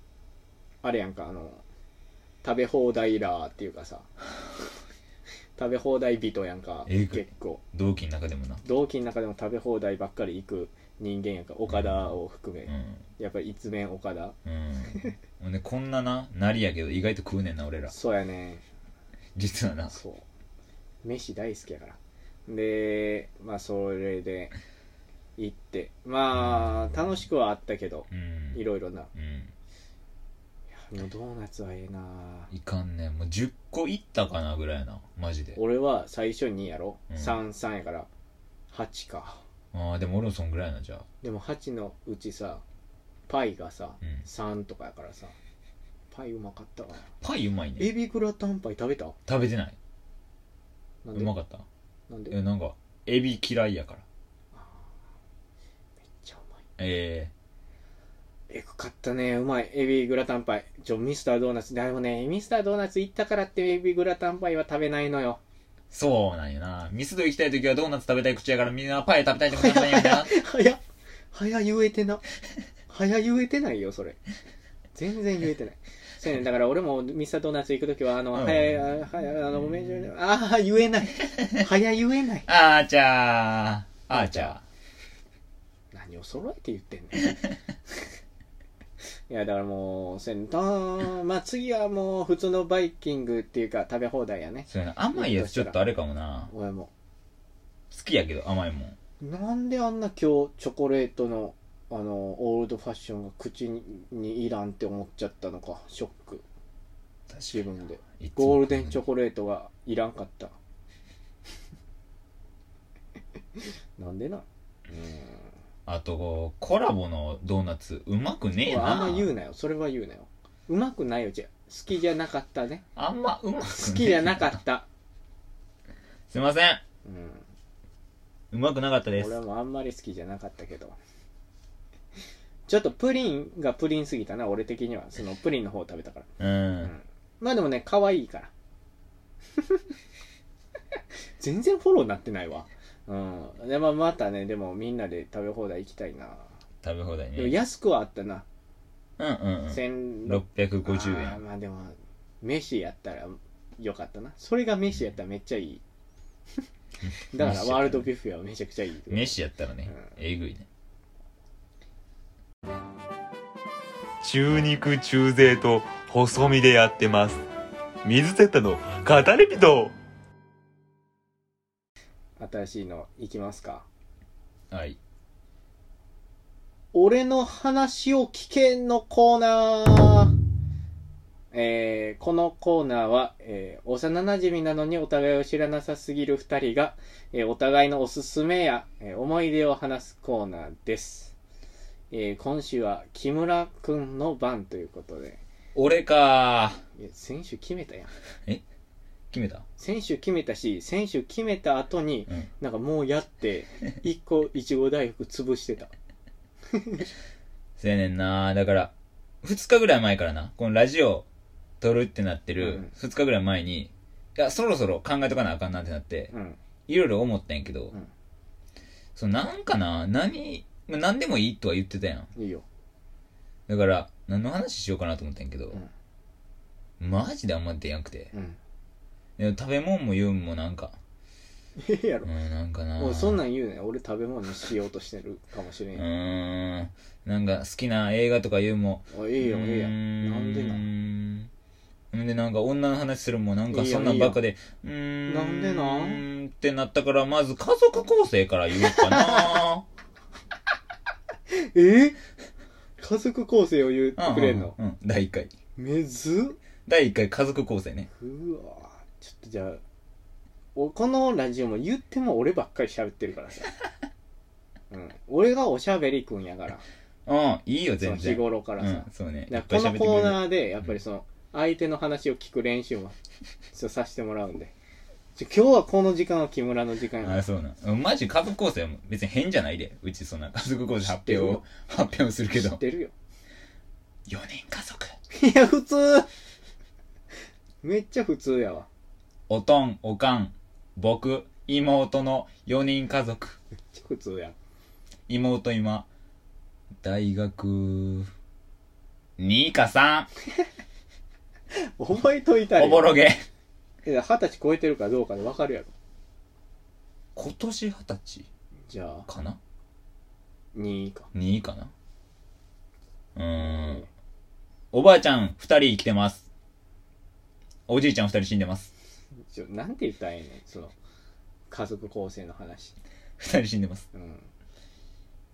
[SPEAKER 1] あれやんかあの食べ放題ラーっていうかさ 食べ放題人やんか
[SPEAKER 2] えぐい
[SPEAKER 1] 結構
[SPEAKER 2] 同期の中でもな
[SPEAKER 1] 同期の中でも食べ放題ばっかり行く人間やんか岡田を含め、
[SPEAKER 2] う
[SPEAKER 1] やっぱり一面岡田
[SPEAKER 2] んうんほんでこんなななりやけど意外と食うねんな俺ら
[SPEAKER 1] そうやね
[SPEAKER 2] 実はな
[SPEAKER 1] そう飯大好きやからでまあそれで行ってまあ楽しくはあったけど
[SPEAKER 2] うん
[SPEAKER 1] いろいろな
[SPEAKER 2] うん
[SPEAKER 1] いやもうドーナツはええない
[SPEAKER 2] かんねもう10個いったかなぐらいやなマジで
[SPEAKER 1] 俺は最初にやろ、
[SPEAKER 2] うん
[SPEAKER 1] 33やから8か
[SPEAKER 2] あーでも俺もそんぐらいやなじゃあ
[SPEAKER 1] でも8のうちさパイがさ、
[SPEAKER 2] うん
[SPEAKER 1] 3とかやからさパイうまかったわ
[SPEAKER 2] パイうまいね
[SPEAKER 1] エビグラタンパイ食べた
[SPEAKER 2] 食べてない
[SPEAKER 1] なん
[SPEAKER 2] う
[SPEAKER 1] で
[SPEAKER 2] まかった
[SPEAKER 1] なんで
[SPEAKER 2] えなんかエビ嫌いやから
[SPEAKER 1] めっちゃうまい
[SPEAKER 2] え
[SPEAKER 1] えぐかったねうまいエビグラタンパイちょミスタードーナツでもねミスタードーナツ行ったからってエビグラタンパイは食べないのよ
[SPEAKER 2] ー、そうなんよなミスド行きたい時はドーナツ食べたい口やからみんなパイ食べたいってことなん やな
[SPEAKER 1] 早っ早言えてな早言えてないよそれ全然言えてないそうやねだから俺もミスタードーナツ行く時はあの、
[SPEAKER 2] うん
[SPEAKER 1] 早いあ早いあのごめんねああ言えない早言えない
[SPEAKER 2] あーちゃーあーちゃ
[SPEAKER 1] 何を揃えて言ってんねんいやだからもうセンターまあ次はもう普通のバイキングっていうか食べ放題やね
[SPEAKER 2] ーそうやな甘いやつちょっとあれかもな
[SPEAKER 1] 俺も
[SPEAKER 2] 好きやけど甘いもん
[SPEAKER 1] なんであんな今日チョコレートのあのオールドファッションが口ににいらんって思っちゃったのかショック自分で
[SPEAKER 2] いつも
[SPEAKER 1] ゴールデンチョコレートがいらんかったなんでな
[SPEAKER 2] あとこうコラボのドーナツうまくねえな
[SPEAKER 1] あんま言うなよそれは言うなようまくないよじゃあ好きじゃなかった ね
[SPEAKER 2] あんまうまくねえ
[SPEAKER 1] 好きじゃなか った、
[SPEAKER 2] すいません
[SPEAKER 1] うん、
[SPEAKER 2] うまくなかったです
[SPEAKER 1] 俺もあんまり好きじゃなかったけどちょっとプリンがプリンすぎたな俺的にはそのプリンの方を食べたから
[SPEAKER 2] うん
[SPEAKER 1] まあでもね可愛いから 全然フォローになってないわうんで、まあ、またねでもみんなで食べ放題行きたいな、
[SPEAKER 2] 食べ放題
[SPEAKER 1] でも
[SPEAKER 2] ね
[SPEAKER 1] 安くはあったな、
[SPEAKER 2] うんうんうん
[SPEAKER 1] 千六
[SPEAKER 2] 650
[SPEAKER 1] あー
[SPEAKER 2] 円
[SPEAKER 1] まあでも飯やったらよかったなそれが飯やったらめっちゃいい だからワールドビュッフェはめちゃくちゃいい
[SPEAKER 2] 飯やったらね
[SPEAKER 1] う
[SPEAKER 2] えぐいね中肉中背と細身でやってます水セットの語り人
[SPEAKER 1] 新しいの行きますか
[SPEAKER 2] はい
[SPEAKER 1] 俺の話を聞けんのコーナー、えーこのコーナーは、えー幼馴染なのにお互いを知らなさすぎる二人が、えーお互いのおすすめや、えー思い出を話すコーナーです、えー今週は木村くんの番ということで
[SPEAKER 2] 俺か
[SPEAKER 1] いや先週決めたやん
[SPEAKER 2] 決めた
[SPEAKER 1] 先週決めたし先週決めた後に
[SPEAKER 2] うん
[SPEAKER 1] なんかもうやって一個いちご大福潰してた
[SPEAKER 2] せやねんなだから2日ぐらい前からなこのラジオ撮るってなって
[SPEAKER 1] う
[SPEAKER 2] る
[SPEAKER 1] ん
[SPEAKER 2] 2日ぐらい前にいやそろそろ考えとかなあかんなってなって
[SPEAKER 1] うん
[SPEAKER 2] いろいろ思ったんやけど、
[SPEAKER 1] うん
[SPEAKER 2] そのなんかな何まあ何でもいいとは言ってたやん
[SPEAKER 1] いいよ
[SPEAKER 2] だから何の話しようかなと思ったんやけど、マジであんま出やんくて
[SPEAKER 1] うん
[SPEAKER 2] でも食べ物も言うんもなんか
[SPEAKER 1] ええやろ
[SPEAKER 2] うんなんかな
[SPEAKER 1] おいそんなん言うねん俺食べ物にしようとしてるかもしれ
[SPEAKER 2] うん
[SPEAKER 1] やん
[SPEAKER 2] ーんなんか好きな映画とか言うんも
[SPEAKER 1] おいいいよ
[SPEAKER 2] うー
[SPEAKER 1] いいやんなんでなん
[SPEAKER 2] でなんか女の話するもんなんかそんないん
[SPEAKER 1] いよ
[SPEAKER 2] ばっかでうーん
[SPEAKER 1] なんでなん
[SPEAKER 2] んってなったからまず家族構成から言おうかな
[SPEAKER 1] えー家族構成を言って くれんの
[SPEAKER 2] うん、うん、第1回
[SPEAKER 1] めずっ
[SPEAKER 2] 第1回家族構成ね
[SPEAKER 1] うわちょっとじゃあおこのラジオも言っても俺ばっかり喋ってる からさうん俺がおしゃべりくんやから
[SPEAKER 2] うんいいよ
[SPEAKER 1] その
[SPEAKER 2] 全
[SPEAKER 1] 日
[SPEAKER 2] 然
[SPEAKER 1] 頃からさ、
[SPEAKER 2] うん、そうね
[SPEAKER 1] だからこのコー
[SPEAKER 2] ー
[SPEAKER 1] ナーでやっぱりその相手の話を聞く練習もちょっとさせてもらうんでちょ今日はこの時間は木村の時間や
[SPEAKER 2] あそうなんうんマジ家族構成は別に変じゃないでうちそんな家族構成発表を発表するけ
[SPEAKER 1] 知
[SPEAKER 2] ど
[SPEAKER 1] ってるよ
[SPEAKER 2] 4人家族
[SPEAKER 1] いや、普通。めっちゃ普通やわ。
[SPEAKER 2] おとん、おかん、僕、妹の4人家族。
[SPEAKER 1] ちょ普通やん
[SPEAKER 2] 妹今、大学、2か3、
[SPEAKER 1] 覚えといたら
[SPEAKER 2] お
[SPEAKER 1] いい
[SPEAKER 2] ぼろげ。
[SPEAKER 1] いや二十歳超えてるかどうかで分かるやろ
[SPEAKER 2] 今年二十歳
[SPEAKER 1] じゃあ
[SPEAKER 2] かな
[SPEAKER 1] 2か
[SPEAKER 2] ?2 かなうーん。おばあちゃん2人生きてます。おじいちゃん2人死んでます。
[SPEAKER 1] ちょなんて言ったらええねんその家族構成の話
[SPEAKER 2] 2人死んでます。
[SPEAKER 1] うん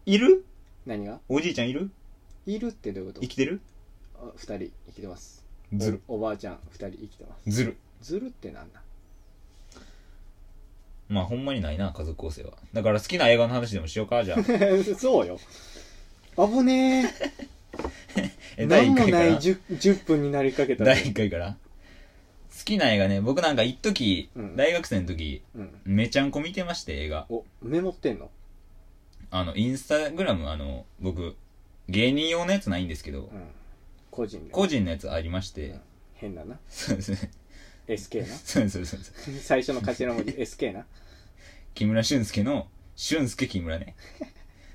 [SPEAKER 2] いる
[SPEAKER 1] 何が
[SPEAKER 2] おじいちゃんいる
[SPEAKER 1] いるってどういうこと
[SPEAKER 2] 生きてる
[SPEAKER 1] あ二人生きてます
[SPEAKER 2] ずる。
[SPEAKER 1] おおばあちゃん二人生きてます
[SPEAKER 2] ずる。
[SPEAKER 1] ずるってなんだ
[SPEAKER 2] まあほんまにないな、家族構成は。だから好きな映画の話でもしよう か、じゃあ。
[SPEAKER 1] そうよ危ねえ
[SPEAKER 2] え、
[SPEAKER 1] な
[SPEAKER 2] 第
[SPEAKER 1] んも
[SPEAKER 2] 1回か
[SPEAKER 1] ない
[SPEAKER 2] ら。
[SPEAKER 1] 10, 10分になりかけた
[SPEAKER 2] 第1回から。好きな映画ね、僕なんか一時、
[SPEAKER 1] うん
[SPEAKER 2] 大学生の時、
[SPEAKER 1] うん
[SPEAKER 2] めちゃんこ見てまして、映画。
[SPEAKER 1] おメモってんの
[SPEAKER 2] あの、インスタグラム、あの、僕、芸人用のやつないんですけ
[SPEAKER 1] う、
[SPEAKER 2] ど
[SPEAKER 1] ん個人で
[SPEAKER 2] 個人のやつありまし
[SPEAKER 1] う
[SPEAKER 2] て
[SPEAKER 1] ん、変だな
[SPEAKER 2] そう ですね。
[SPEAKER 1] SK な
[SPEAKER 2] そうですそうで す
[SPEAKER 1] 最初の頭 文字 SK な、
[SPEAKER 2] 木村俊介の、俊介木村ね。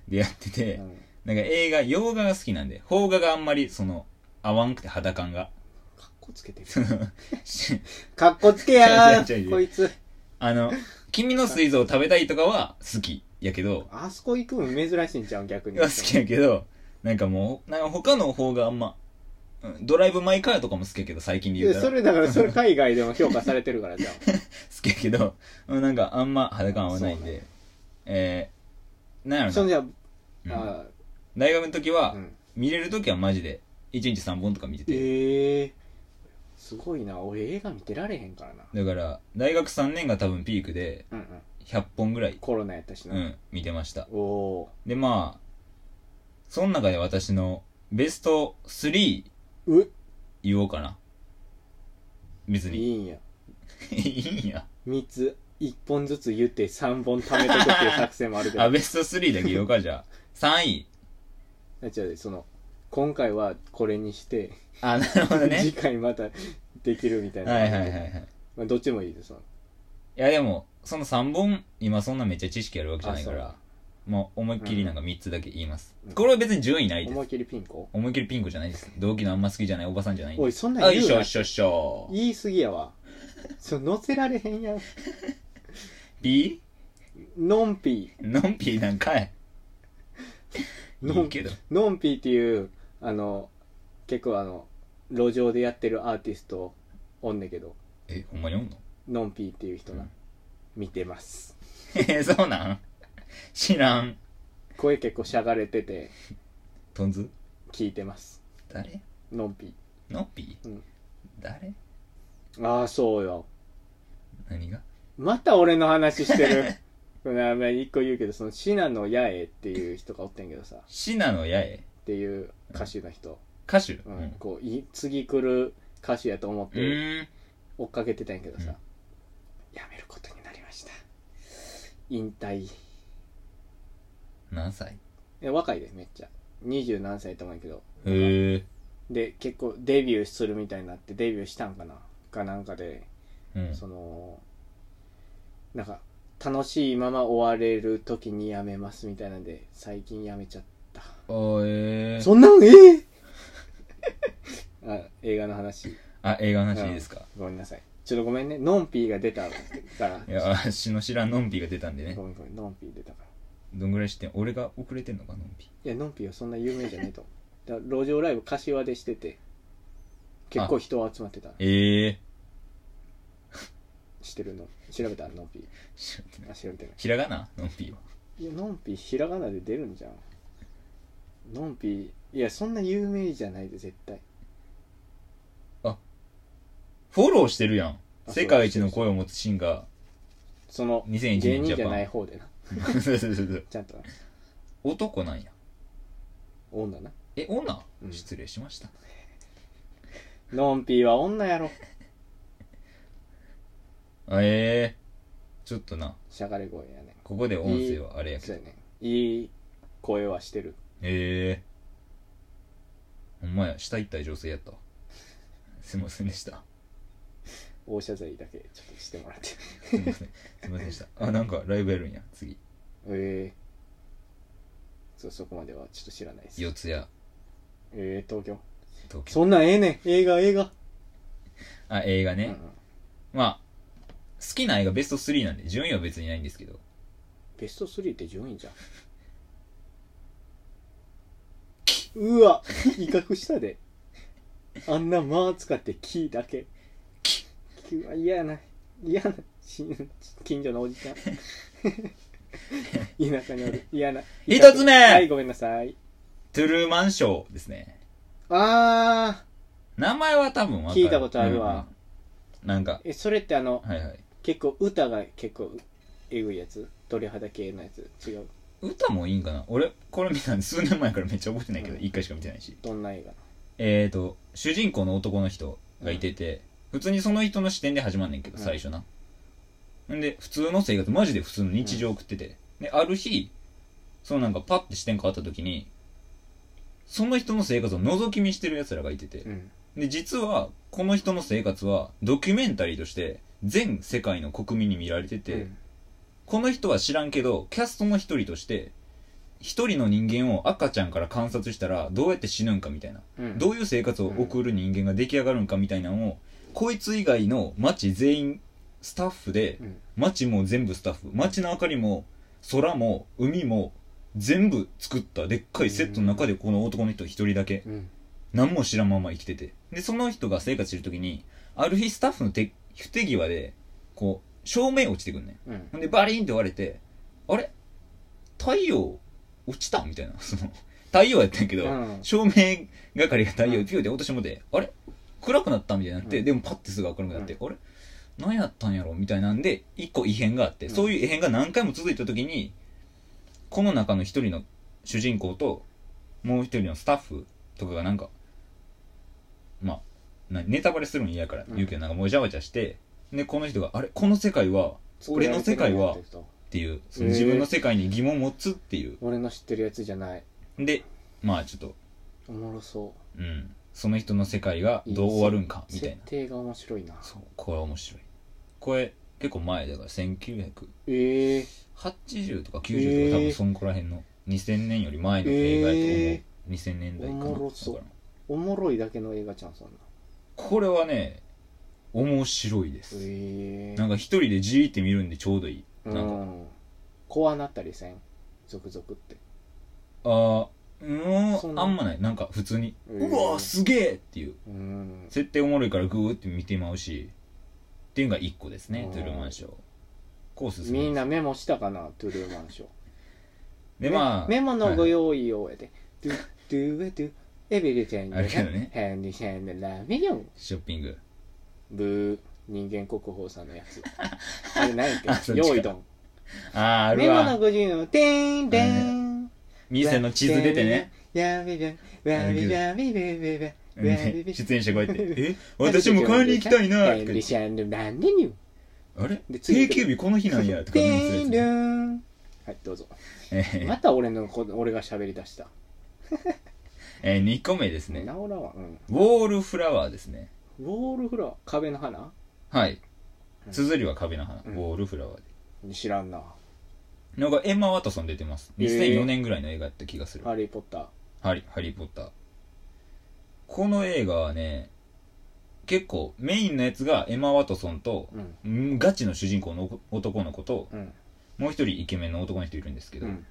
[SPEAKER 2] でやって
[SPEAKER 1] う
[SPEAKER 2] て、
[SPEAKER 1] ん、
[SPEAKER 2] なんか映画、洋画が好きなんで、邦画があんまり、その、合わんくて肌感が。
[SPEAKER 1] かっこつけてる
[SPEAKER 2] その、し
[SPEAKER 1] かっこつけや
[SPEAKER 2] 違う違う違
[SPEAKER 1] ー
[SPEAKER 2] う
[SPEAKER 1] こいつ
[SPEAKER 2] あの、君の水蔵を食べたいとかは好きやけど、
[SPEAKER 1] あそこ行くん珍しいんちゃうん逆に
[SPEAKER 2] は好きやけど、なんかもう、なんか他の方があんま、うんドライブ・マイ・カーとかも好きやけど、最近で言う
[SPEAKER 1] で
[SPEAKER 2] たら。
[SPEAKER 1] それだからそれ海外でも評価されてるから じゃあ
[SPEAKER 2] 好きやけど、うんなんかあんま肌感合わないん
[SPEAKER 1] そう
[SPEAKER 2] で、
[SPEAKER 1] ね
[SPEAKER 2] えー、なんや
[SPEAKER 1] そ
[SPEAKER 2] ろ
[SPEAKER 1] ん
[SPEAKER 2] な、
[SPEAKER 1] じゃあ,、
[SPEAKER 2] うん
[SPEAKER 1] あ
[SPEAKER 2] 大学の時
[SPEAKER 1] あ
[SPEAKER 2] は、
[SPEAKER 1] うん、
[SPEAKER 2] 見れる時はマジで、1日3本とか見てて、
[SPEAKER 1] ええー、すごいな俺映画見てられへんからな
[SPEAKER 2] だから、大学3年が多分ピークで、
[SPEAKER 1] うんうん
[SPEAKER 2] 100本ぐらい、
[SPEAKER 1] コロナやったし
[SPEAKER 2] う
[SPEAKER 1] な、
[SPEAKER 2] ん、見てました。
[SPEAKER 1] おお
[SPEAKER 2] で、まあ、その中で私のベスト3
[SPEAKER 1] ーう
[SPEAKER 2] 言おうかな。別
[SPEAKER 1] い
[SPEAKER 2] に。
[SPEAKER 1] いんや
[SPEAKER 2] いいんや。
[SPEAKER 1] 3つ1本ずつ言って3本貯めとくっていう作戦もあるけど
[SPEAKER 2] あ、ベスト3だけ言おうか、じゃあ。3位。
[SPEAKER 1] あ違うでその今回はこれにして、
[SPEAKER 2] あ、なるほ
[SPEAKER 1] 次
[SPEAKER 2] どね。
[SPEAKER 1] 回またできるみたいな
[SPEAKER 2] はいはいはいはい。
[SPEAKER 1] まあ、どっちもいいですその
[SPEAKER 2] いやでも、その3本、今そんなめっちゃ知識あるわけじゃないか
[SPEAKER 1] あ
[SPEAKER 2] ら、もう思いっきりなんか3つだけ言います。
[SPEAKER 1] うん
[SPEAKER 2] これは別に順位ないです
[SPEAKER 1] 思い。っきりピンコ
[SPEAKER 2] 思いっきりピンクじゃないです。同期のあんま好きじゃないおばさんじゃないん
[SPEAKER 1] お
[SPEAKER 2] で
[SPEAKER 1] いそんな
[SPEAKER 2] あ、
[SPEAKER 1] ん
[SPEAKER 2] よ
[SPEAKER 1] 言う
[SPEAKER 2] いしょ
[SPEAKER 1] な
[SPEAKER 2] よいしょよいしょ。
[SPEAKER 1] 言いすぎやわそのせられへんやん
[SPEAKER 2] ピ
[SPEAKER 1] のんぴ
[SPEAKER 2] ーのんぴーなんかい。
[SPEAKER 1] ーの
[SPEAKER 2] い
[SPEAKER 1] ん
[SPEAKER 2] いけど。
[SPEAKER 1] のんぴーっていうあの結構あの路上でやってるアーティストおんねんけど
[SPEAKER 2] え、ほんまにおんの
[SPEAKER 1] のんぴーっていう人な、
[SPEAKER 2] うん
[SPEAKER 1] 見てます
[SPEAKER 2] え、そうなん知らん。
[SPEAKER 1] 声結構しゃがれてて
[SPEAKER 2] とんず
[SPEAKER 1] 聞いてます
[SPEAKER 2] 誰
[SPEAKER 1] のんぴ
[SPEAKER 2] のんぴ
[SPEAKER 1] うん
[SPEAKER 2] ー誰
[SPEAKER 1] ーああそうよ
[SPEAKER 2] 何が
[SPEAKER 1] また俺の話してる この前一個言うけどそのシナの八重っていう人がおってんけどさっ
[SPEAKER 2] シナの八重
[SPEAKER 1] ていう歌手の人、
[SPEAKER 2] 歌手
[SPEAKER 1] う
[SPEAKER 2] うんん。
[SPEAKER 1] こうい次来る歌手やと思っ
[SPEAKER 2] う
[SPEAKER 1] て
[SPEAKER 2] ーん。
[SPEAKER 1] 追っかけてたんやけどさ、
[SPEAKER 2] うん
[SPEAKER 1] やめることになりました引退
[SPEAKER 2] 何歳
[SPEAKER 1] え若いでめっちゃ二十何歳と思うんやけど
[SPEAKER 2] へえ。
[SPEAKER 1] で結構デビューするみたいになってデビューしたんかなかなんかで
[SPEAKER 2] うん。
[SPEAKER 1] そのなんか楽しいまま終われる時にやめますみたいなんで最近やめちゃった
[SPEAKER 2] おえー。
[SPEAKER 1] そんなんええ あ映画の話
[SPEAKER 2] あ、映画の話いいですか
[SPEAKER 1] ごめんなさいちょっとごめんねのんぴーが出たから
[SPEAKER 2] いや、私の知らんのんぴが出たんでね
[SPEAKER 1] ご。めんごめんのんぴー出たから
[SPEAKER 2] どんぐらい知ってん俺が遅れてんのか、のんぴ。
[SPEAKER 1] いやのんぴはそんな有名じゃないと思うだから路上ライブ柏でしてて結構人集まってた
[SPEAKER 2] ええ
[SPEAKER 1] 知ってるの調べたのんぴ
[SPEAKER 2] ー。
[SPEAKER 1] あ調べてない
[SPEAKER 2] ひらがなのんぴは。
[SPEAKER 1] いやのんぴひらがなで出るんじゃんのんぴいやそんな有名じゃないで絶対
[SPEAKER 2] フォローしてるやん。
[SPEAKER 1] あ
[SPEAKER 2] 世界一の声を持つシンガ
[SPEAKER 1] その
[SPEAKER 2] ー、2001
[SPEAKER 1] 芸
[SPEAKER 2] 年ジ
[SPEAKER 1] 人じ
[SPEAKER 2] ャ
[SPEAKER 1] ゃ
[SPEAKER 2] パ
[SPEAKER 1] ない
[SPEAKER 2] ン。
[SPEAKER 1] 方でな
[SPEAKER 2] そうそうそうそう
[SPEAKER 1] ちゃんとな
[SPEAKER 2] 男なんや。
[SPEAKER 1] 女な
[SPEAKER 2] え、女
[SPEAKER 1] うん
[SPEAKER 2] 失礼しました。
[SPEAKER 1] のんぴは女やろ
[SPEAKER 2] あええー。ちょっとな、
[SPEAKER 1] しゃがれ声やね
[SPEAKER 2] ここで音声はあれやけ
[SPEAKER 1] そう
[SPEAKER 2] ど。
[SPEAKER 1] やねいい声はしてる
[SPEAKER 2] ええー。ほんまや、下一体女性やったわ。すいませんでした。
[SPEAKER 1] 大謝罪だけちょっとしてもらって。
[SPEAKER 2] すいませんすいませんでしたあなんかライブやるんや次
[SPEAKER 1] ええそう、そこまではちょっと知らないです。
[SPEAKER 2] 四ツ谷
[SPEAKER 1] ええ東京。
[SPEAKER 2] 東京
[SPEAKER 1] そんなんええねん。映画、映画。
[SPEAKER 2] あ映画
[SPEAKER 1] うんう
[SPEAKER 2] ね
[SPEAKER 1] ん、
[SPEAKER 2] まあ好きな映画ベスト3なんで順位は別にないんですけど
[SPEAKER 1] ベスト3って順位じゃん。うわ、威嚇したで。あんな間使って木だけ。木は嫌やな。嫌な。し近所のおじちゃん。田舎におる。嫌な。
[SPEAKER 2] 一つ目
[SPEAKER 1] はい、ごめんなさい。
[SPEAKER 2] トゥルーマンショーですね
[SPEAKER 1] あー。
[SPEAKER 2] 名前は多分わかる
[SPEAKER 1] 聞いたことあるわ、
[SPEAKER 2] うんなんか
[SPEAKER 1] え、それってあの、
[SPEAKER 2] はいはい
[SPEAKER 1] 結構歌が結構えぐいやつ鳥肌系のやつ違う
[SPEAKER 2] 歌もいいんかな俺これ見たんで数年前からめっちゃ覚えてないけど
[SPEAKER 1] うん
[SPEAKER 2] 一回しか見てないし
[SPEAKER 1] どんな映画
[SPEAKER 2] えーと主人公の男の人がいてて普通にその人の視点で始まんねんけど
[SPEAKER 1] うん
[SPEAKER 2] 最初な、んで普通の生活マジで普通の日常送ってて、である日そのなんかパッて視点変わった時にその人の生活を覗き見してる奴らがいてて、
[SPEAKER 1] うん
[SPEAKER 2] で実はこの人の生活はドキュメンタリーとして全世界の国民に見られてて、
[SPEAKER 1] うん
[SPEAKER 2] この人は知らんけど、キャストの一人として、一人の人間を赤ちゃんから観察したら、どうやって死ぬんかみたいな。
[SPEAKER 1] うん
[SPEAKER 2] どういう生活を送る人間が出来上がるんかみたいなのを、こいつ以外の街全員、スタッフで
[SPEAKER 1] う、ん
[SPEAKER 2] 街も全部スタッフ、街の明かりも、空も、海も、全部作ったでっかいセットの中でこの男の人一人だけ、
[SPEAKER 1] うん
[SPEAKER 2] 何も知らんまま生きてて。で、その人が生活してる時に、ある日スタッフの手不手際で、こう、照明落ちてくんねん。
[SPEAKER 1] うん
[SPEAKER 2] ほんでバリーンって割れて、あれ太陽落ちたみたいな。 その、太陽やったんやけど、
[SPEAKER 1] うん
[SPEAKER 2] 照明係が太陽
[SPEAKER 1] う
[SPEAKER 2] を
[SPEAKER 1] ん
[SPEAKER 2] ピューで落としてもて、あれ暗くなったみたいになって、
[SPEAKER 1] うん
[SPEAKER 2] でもパッてすぐ明るくなって、あれ何やったんやろみたいなんで、一個異変があって、
[SPEAKER 1] うん
[SPEAKER 2] そういう異変が何回も続いた時に、この中の一人の主人公と、もう一人のスタッフとかがなんか、まあ、なネタバレするの嫌から言うけど、なんかもじゃもじゃして、で、この人が、あれこの世界は、俺の世界
[SPEAKER 1] 作られてるんや
[SPEAKER 2] は
[SPEAKER 1] ってこと
[SPEAKER 2] っていう、そ
[SPEAKER 1] へ
[SPEAKER 2] の
[SPEAKER 1] ー
[SPEAKER 2] 自分の世界に疑問を持つっていう。
[SPEAKER 1] 俺の知ってるやつじゃない
[SPEAKER 2] で、まあちょっと、
[SPEAKER 1] おもろそ
[SPEAKER 2] うん。その人の世界がどう終わるんか、
[SPEAKER 1] う
[SPEAKER 2] みたい
[SPEAKER 1] 設
[SPEAKER 2] な。
[SPEAKER 1] 定が面白いな
[SPEAKER 2] そう、これ面白い。これ、結構前だから、1980
[SPEAKER 1] ええ
[SPEAKER 2] とか90とか、多
[SPEAKER 1] えー
[SPEAKER 2] 分そんこら辺の、2000年より前の映画やと思う。
[SPEAKER 1] え
[SPEAKER 2] 2000年代かな。
[SPEAKER 1] おもろそう
[SPEAKER 2] だから
[SPEAKER 1] おもろいだけの映画ちゃんそんな
[SPEAKER 2] これはね、面白いです。
[SPEAKER 1] ええ
[SPEAKER 2] なんか一人でじーって見るんでちょうどいい。
[SPEAKER 1] う
[SPEAKER 2] なんか、
[SPEAKER 1] ん怖なったりせん続々って
[SPEAKER 2] あー、う
[SPEAKER 1] そ
[SPEAKER 2] ー
[SPEAKER 1] ん
[SPEAKER 2] ん、
[SPEAKER 1] な
[SPEAKER 2] あんまない。なんか普通に、
[SPEAKER 1] へー
[SPEAKER 2] うわーすげえっていう。
[SPEAKER 1] うん
[SPEAKER 2] 設定おもろいからグーって見てまうしっていうのが1個ですね
[SPEAKER 1] うん
[SPEAKER 2] トゥルーマンショーコース
[SPEAKER 1] みんなメモしたかなトゥルーマンショー
[SPEAKER 2] で
[SPEAKER 1] メ
[SPEAKER 2] まあ
[SPEAKER 1] メモのご
[SPEAKER 2] はい
[SPEAKER 1] 用意を終えて、ドゥドゥドゥエビリテン
[SPEAKER 2] あれだよね
[SPEAKER 1] ヘンリーヘンリーラーメンよ
[SPEAKER 2] ショッピング
[SPEAKER 1] ブー人間国宝さんのや つあれ何や
[SPEAKER 2] あ
[SPEAKER 1] っ
[SPEAKER 2] そ
[SPEAKER 1] け
[SPEAKER 2] っちか
[SPEAKER 1] 用意ドン
[SPEAKER 2] あああ
[SPEAKER 1] メ
[SPEAKER 2] る
[SPEAKER 1] モの
[SPEAKER 2] わ
[SPEAKER 1] ご自由のテーンテーン
[SPEAKER 2] 店の地図出てね
[SPEAKER 1] やびるやびるやびるやびる
[SPEAKER 2] うん
[SPEAKER 1] やび
[SPEAKER 2] ね
[SPEAKER 1] る
[SPEAKER 2] 出演者こ うやって「え私も買いに行きたいな」
[SPEAKER 1] ヘ
[SPEAKER 2] と
[SPEAKER 1] ン
[SPEAKER 2] か
[SPEAKER 1] リ
[SPEAKER 2] 言
[SPEAKER 1] ーヘン
[SPEAKER 2] って
[SPEAKER 1] リーラーメンよ
[SPEAKER 2] あれ
[SPEAKER 1] で次
[SPEAKER 2] 定休日この日なんや」とか
[SPEAKER 1] テ
[SPEAKER 2] 言う
[SPEAKER 1] ーン
[SPEAKER 2] ん
[SPEAKER 1] テ
[SPEAKER 2] ですよ
[SPEAKER 1] ーンはいどうぞ
[SPEAKER 2] え
[SPEAKER 1] ま
[SPEAKER 2] ー
[SPEAKER 1] た俺のこ俺が喋り出した
[SPEAKER 2] え2個目です
[SPEAKER 1] 治
[SPEAKER 2] ね
[SPEAKER 1] らんわうん
[SPEAKER 2] ウォールフラワーですね
[SPEAKER 1] ウォールフラワー壁の花
[SPEAKER 2] はい
[SPEAKER 1] うん
[SPEAKER 2] 綴りは壁の花ウ
[SPEAKER 1] うん
[SPEAKER 2] ォールフラワーで
[SPEAKER 1] 知らんな
[SPEAKER 2] なんかエンマ・ワトソン出てます
[SPEAKER 1] へー
[SPEAKER 2] 2004年ぐらいの映画やった気がする
[SPEAKER 1] ハリー・ポッター
[SPEAKER 2] ハリハリー・ポッター。この映画はね、結構メインのやつがエマ・ワトソンと、
[SPEAKER 1] うん
[SPEAKER 2] うんガチの主人公の男の子と、
[SPEAKER 1] うん
[SPEAKER 2] もう一人イケメンの男の人いるんですけど、
[SPEAKER 1] うん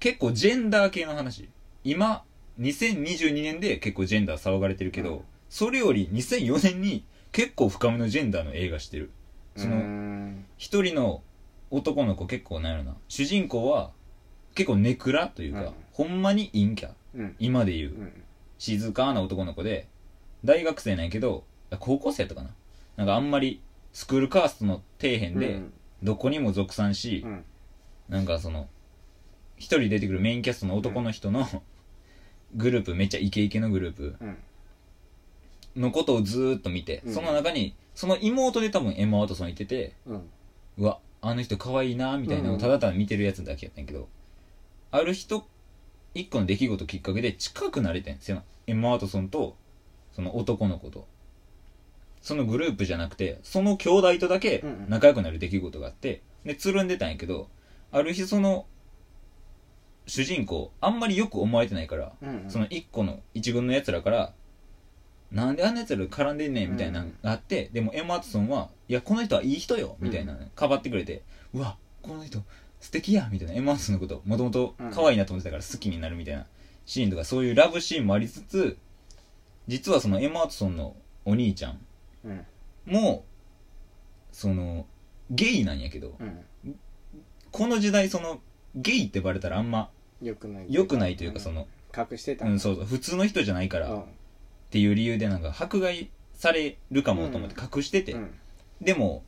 [SPEAKER 2] 結構ジェンダー系の話。今、2022年で結構ジェンダー騒がれてるけど、
[SPEAKER 1] うん
[SPEAKER 2] それより2004年に結構深めのジェンダーの映画してる。そ
[SPEAKER 1] ー
[SPEAKER 2] うの、
[SPEAKER 1] ん
[SPEAKER 2] 一人の男の子結構なんやろな。主人公は結構ネクラというか、
[SPEAKER 1] うん
[SPEAKER 2] ほんまに陰キャ。
[SPEAKER 1] うん
[SPEAKER 2] 今で言う。
[SPEAKER 1] うん
[SPEAKER 2] 静かな男の子で、大学生なんやけど、あ高校生やったかななんかあんまり、スクールカーストの底辺
[SPEAKER 1] う
[SPEAKER 2] で、
[SPEAKER 1] ん
[SPEAKER 2] どこにも属さんし
[SPEAKER 1] う、ん
[SPEAKER 2] なんかその、一人出てくるメインキャストの男の人の、グループ、めっちゃイケイケのグループ
[SPEAKER 1] うん
[SPEAKER 2] のことをずーっと見て、
[SPEAKER 1] うん
[SPEAKER 2] その中に、その妹で多分エマ・ワトソンいてて、
[SPEAKER 1] うん
[SPEAKER 2] うわ、あの人可愛いなみたいなの
[SPEAKER 1] う
[SPEAKER 2] を
[SPEAKER 1] ん
[SPEAKER 2] ただただ見てるやつだけやったんやけど、ある人、一個の出来事きっかけで近くなれてんすよ。エマ・ワトソンと、その男の子と。そのグループじゃなくて、その兄弟とだけ
[SPEAKER 1] うんうん
[SPEAKER 2] 仲良くなる出来事があって、で、つるんでたんやけど、ある日その、主人公、あんまりよく思われてないから、
[SPEAKER 1] うん
[SPEAKER 2] その一個の一軍の奴らから、なんであんな奴ら絡んでんねんみたいなのがあって、でもエマ・アトソンは、いや、この人はいい人よみたいな、かばってくれて、うわ、この人素敵やみたいな、エマ・アトソンのこと、もともと可愛いなと思ってたから好きになるみたいなシーンとか、そういうラブシーンもありつつ、実はそのエマ・アトソンのお兄ちゃん
[SPEAKER 1] うん
[SPEAKER 2] も、その、ゲイなんやけど、
[SPEAKER 1] うん
[SPEAKER 2] この時代、その、ゲイってバレたらあんま
[SPEAKER 1] よくない
[SPEAKER 2] 良くないというか、その、
[SPEAKER 1] 隠してた
[SPEAKER 2] うん、そうそう、普通の人じゃないから、っていう理由でなんか迫害されるかもと思って隠してて、
[SPEAKER 1] うんうん
[SPEAKER 2] でも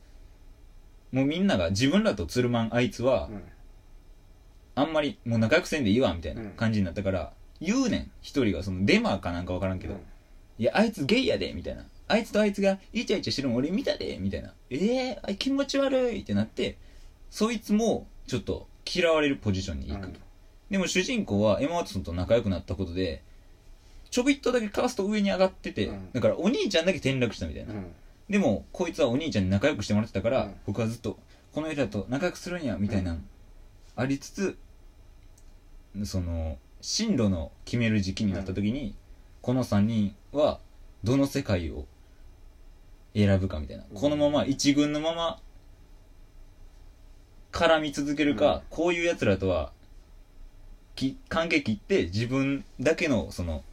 [SPEAKER 2] もうみんなが自分らとつるまんあいつは
[SPEAKER 1] うん
[SPEAKER 2] あんまりもう仲良くせんでいいわみたいな
[SPEAKER 1] うん
[SPEAKER 2] 感じになったから言うねん一人がそのデマかなんか分からんけど、
[SPEAKER 1] うん
[SPEAKER 2] いやあいつゲイやでみたいなあいつとあいつがイチャイチャしてるの俺見たでみたいなええー、あ気持ち悪いってなってそいつもちょっと嫌われるポジションに行くと、
[SPEAKER 1] うん
[SPEAKER 2] でも主人公はエマ・ワトソンと仲良くなったことでちょびっとだけカースト上に上がってて、
[SPEAKER 1] うん
[SPEAKER 2] だからお兄ちゃんだけ転落したみたいな、
[SPEAKER 1] うん
[SPEAKER 2] でもこいつはお兄ちゃんに仲良くしてもらってたから、
[SPEAKER 1] うん
[SPEAKER 2] 僕はずっとこの人らと仲良くするんやみたいな、ん、ありつつその進路の決める時期になった時に、この3人はどの世界を選ぶかみたいな、
[SPEAKER 1] うん
[SPEAKER 2] このまま一軍のまま絡み続けるか、
[SPEAKER 1] うん
[SPEAKER 2] こういう奴らとはき関係切って自分だけのその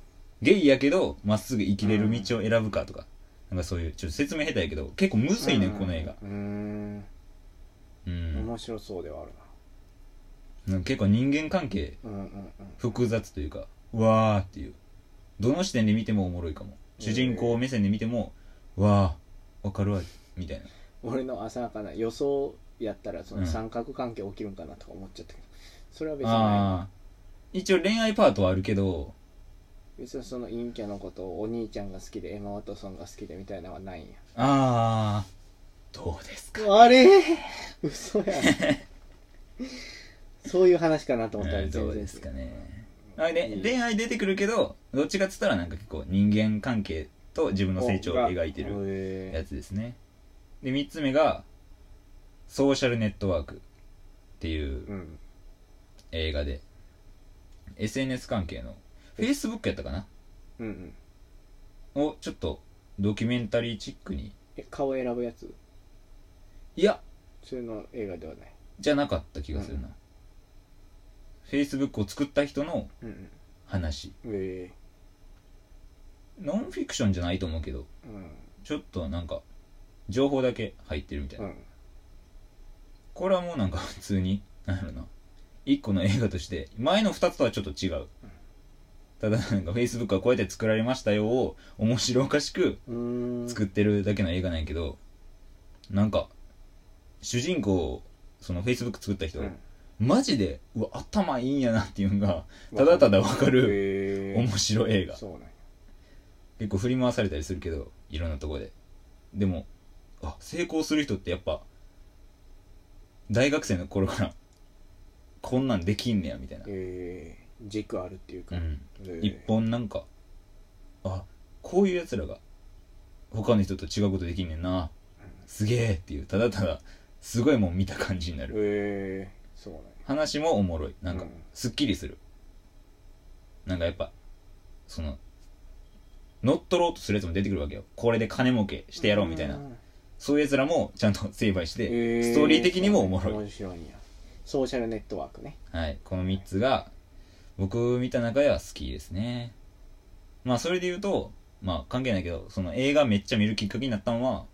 [SPEAKER 2] ゲイやけどまっすぐ生きれる道を選ぶかとか、なんかそういうちょっと説明下手やけど結構むずいね、この映画
[SPEAKER 1] うーん
[SPEAKER 2] うん、
[SPEAKER 1] 面白そうではある
[SPEAKER 2] なんか結構人間関係
[SPEAKER 1] なうんうん
[SPEAKER 2] 複雑というかうわーっていうどの視点で見てもおもろいかも主人公目線で見ても、うわーわかるわみたいな
[SPEAKER 1] うん俺の浅はかな予想やったらそうの
[SPEAKER 2] ん
[SPEAKER 1] 三角関係起きるんかなとか思っちゃったけどそれは別にな
[SPEAKER 2] ああー一応恋愛パートはあるけど
[SPEAKER 1] い別にその陰キャのことをお兄ちゃんが好きでエマ・ワトソンが好きでみたいなのはないんや
[SPEAKER 2] ああどうですか
[SPEAKER 1] あれ嘘やそういう話かなと思ったら
[SPEAKER 2] うん
[SPEAKER 1] 全然
[SPEAKER 2] ど
[SPEAKER 1] 違
[SPEAKER 2] うですかねあれ
[SPEAKER 1] いい
[SPEAKER 2] 恋愛出てくるけどどっちかっつったらなんか結構人間関係と自分の成長を描いてる
[SPEAKER 1] る
[SPEAKER 2] やつですねで3つ目がソーシャルネットワークっていう
[SPEAKER 1] うん
[SPEAKER 2] 映画で SNS 関係の Facebook やったかな
[SPEAKER 1] うんうん
[SPEAKER 2] をちょっとドキュメンタリーチックに
[SPEAKER 1] え顔選ぶやつ
[SPEAKER 2] いや
[SPEAKER 1] それの映画ではない
[SPEAKER 2] じゃなかった気がするな、Facebook を作った人の
[SPEAKER 1] うん
[SPEAKER 2] 話
[SPEAKER 1] うんえ
[SPEAKER 2] ノンフィクションじゃないと思うけど
[SPEAKER 1] えうん
[SPEAKER 2] ちょっとなんか情報だけ入ってるみたいな、
[SPEAKER 1] うん
[SPEAKER 2] これはもうなんか普通に なんやろな一個の映画として前の二つとはちょっと違うただなんか Facebook はこうやって作られましたよを面白おかしく
[SPEAKER 1] うーん
[SPEAKER 2] 作ってるだけの映画なんやけどなんか主人公その Facebook 作った人、
[SPEAKER 1] うん
[SPEAKER 2] マジでうわ頭いいんやなっていうのがただただわかる
[SPEAKER 1] へえ
[SPEAKER 2] 面白い映画
[SPEAKER 1] そうなんや
[SPEAKER 2] 結構振り回されたりするけどいろんなとこででもあ成功する人ってやっぱ大学生の頃からこんなんできんねやみたいな、
[SPEAKER 1] ええ軸あるっていう
[SPEAKER 2] う
[SPEAKER 1] か
[SPEAKER 2] ん、
[SPEAKER 1] へえ
[SPEAKER 2] 一本なんかあこういうやつらが他の人と違うことできんねんなすげえっていうただただすごいもん見た感じになる
[SPEAKER 1] ええそうなんや
[SPEAKER 2] 話もおもろいなんか
[SPEAKER 1] うん
[SPEAKER 2] すっきりする、なんかやっぱその乗っ取ろうとするやつも出てくるわけよこれで金儲けしてやろうみたいな、
[SPEAKER 1] うん
[SPEAKER 2] そういうやつらもちゃんと成敗して、
[SPEAKER 1] へえ
[SPEAKER 2] ストーリー的にもおもろい、
[SPEAKER 1] 面白いんやソーシャルネットワークね
[SPEAKER 2] はい、この3つが僕見た中では好きですねまあそれで言うとまあ関係ないけどその映画めっちゃ見るきっかけになったのは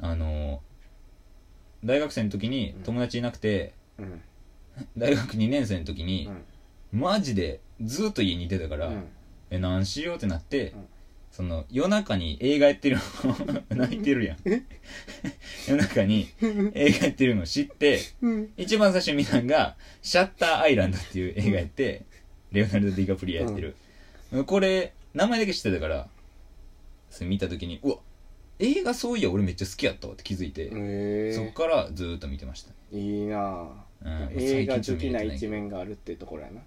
[SPEAKER 2] あの大学生の時に友達いなくて、
[SPEAKER 1] うん
[SPEAKER 2] 大学2年生の時に、
[SPEAKER 1] うん
[SPEAKER 2] マジでずっと家にいてたから、
[SPEAKER 1] うん
[SPEAKER 2] え何しようってなって、
[SPEAKER 1] うん
[SPEAKER 2] その夜中に映画やってる の泣いてるやん 夜中に映画やってるの知って
[SPEAKER 1] うん
[SPEAKER 2] 一番最初に見たんが「シャッターアイランド」っていう映画やってレオナルド・ディカプリアやってる、これ名前だけ知ってたからそれ見た時にうわ映画そういや俺めっちゃ好きやったわって気づいて、
[SPEAKER 1] へ
[SPEAKER 2] そっ
[SPEAKER 1] え
[SPEAKER 2] からずーっと見てましたね、
[SPEAKER 1] いいな
[SPEAKER 2] うん
[SPEAKER 1] あ、映画
[SPEAKER 2] 最近ちょ
[SPEAKER 1] 好
[SPEAKER 2] っ
[SPEAKER 1] き
[SPEAKER 2] と見れて
[SPEAKER 1] な
[SPEAKER 2] ないけど
[SPEAKER 1] 一面があるってところやな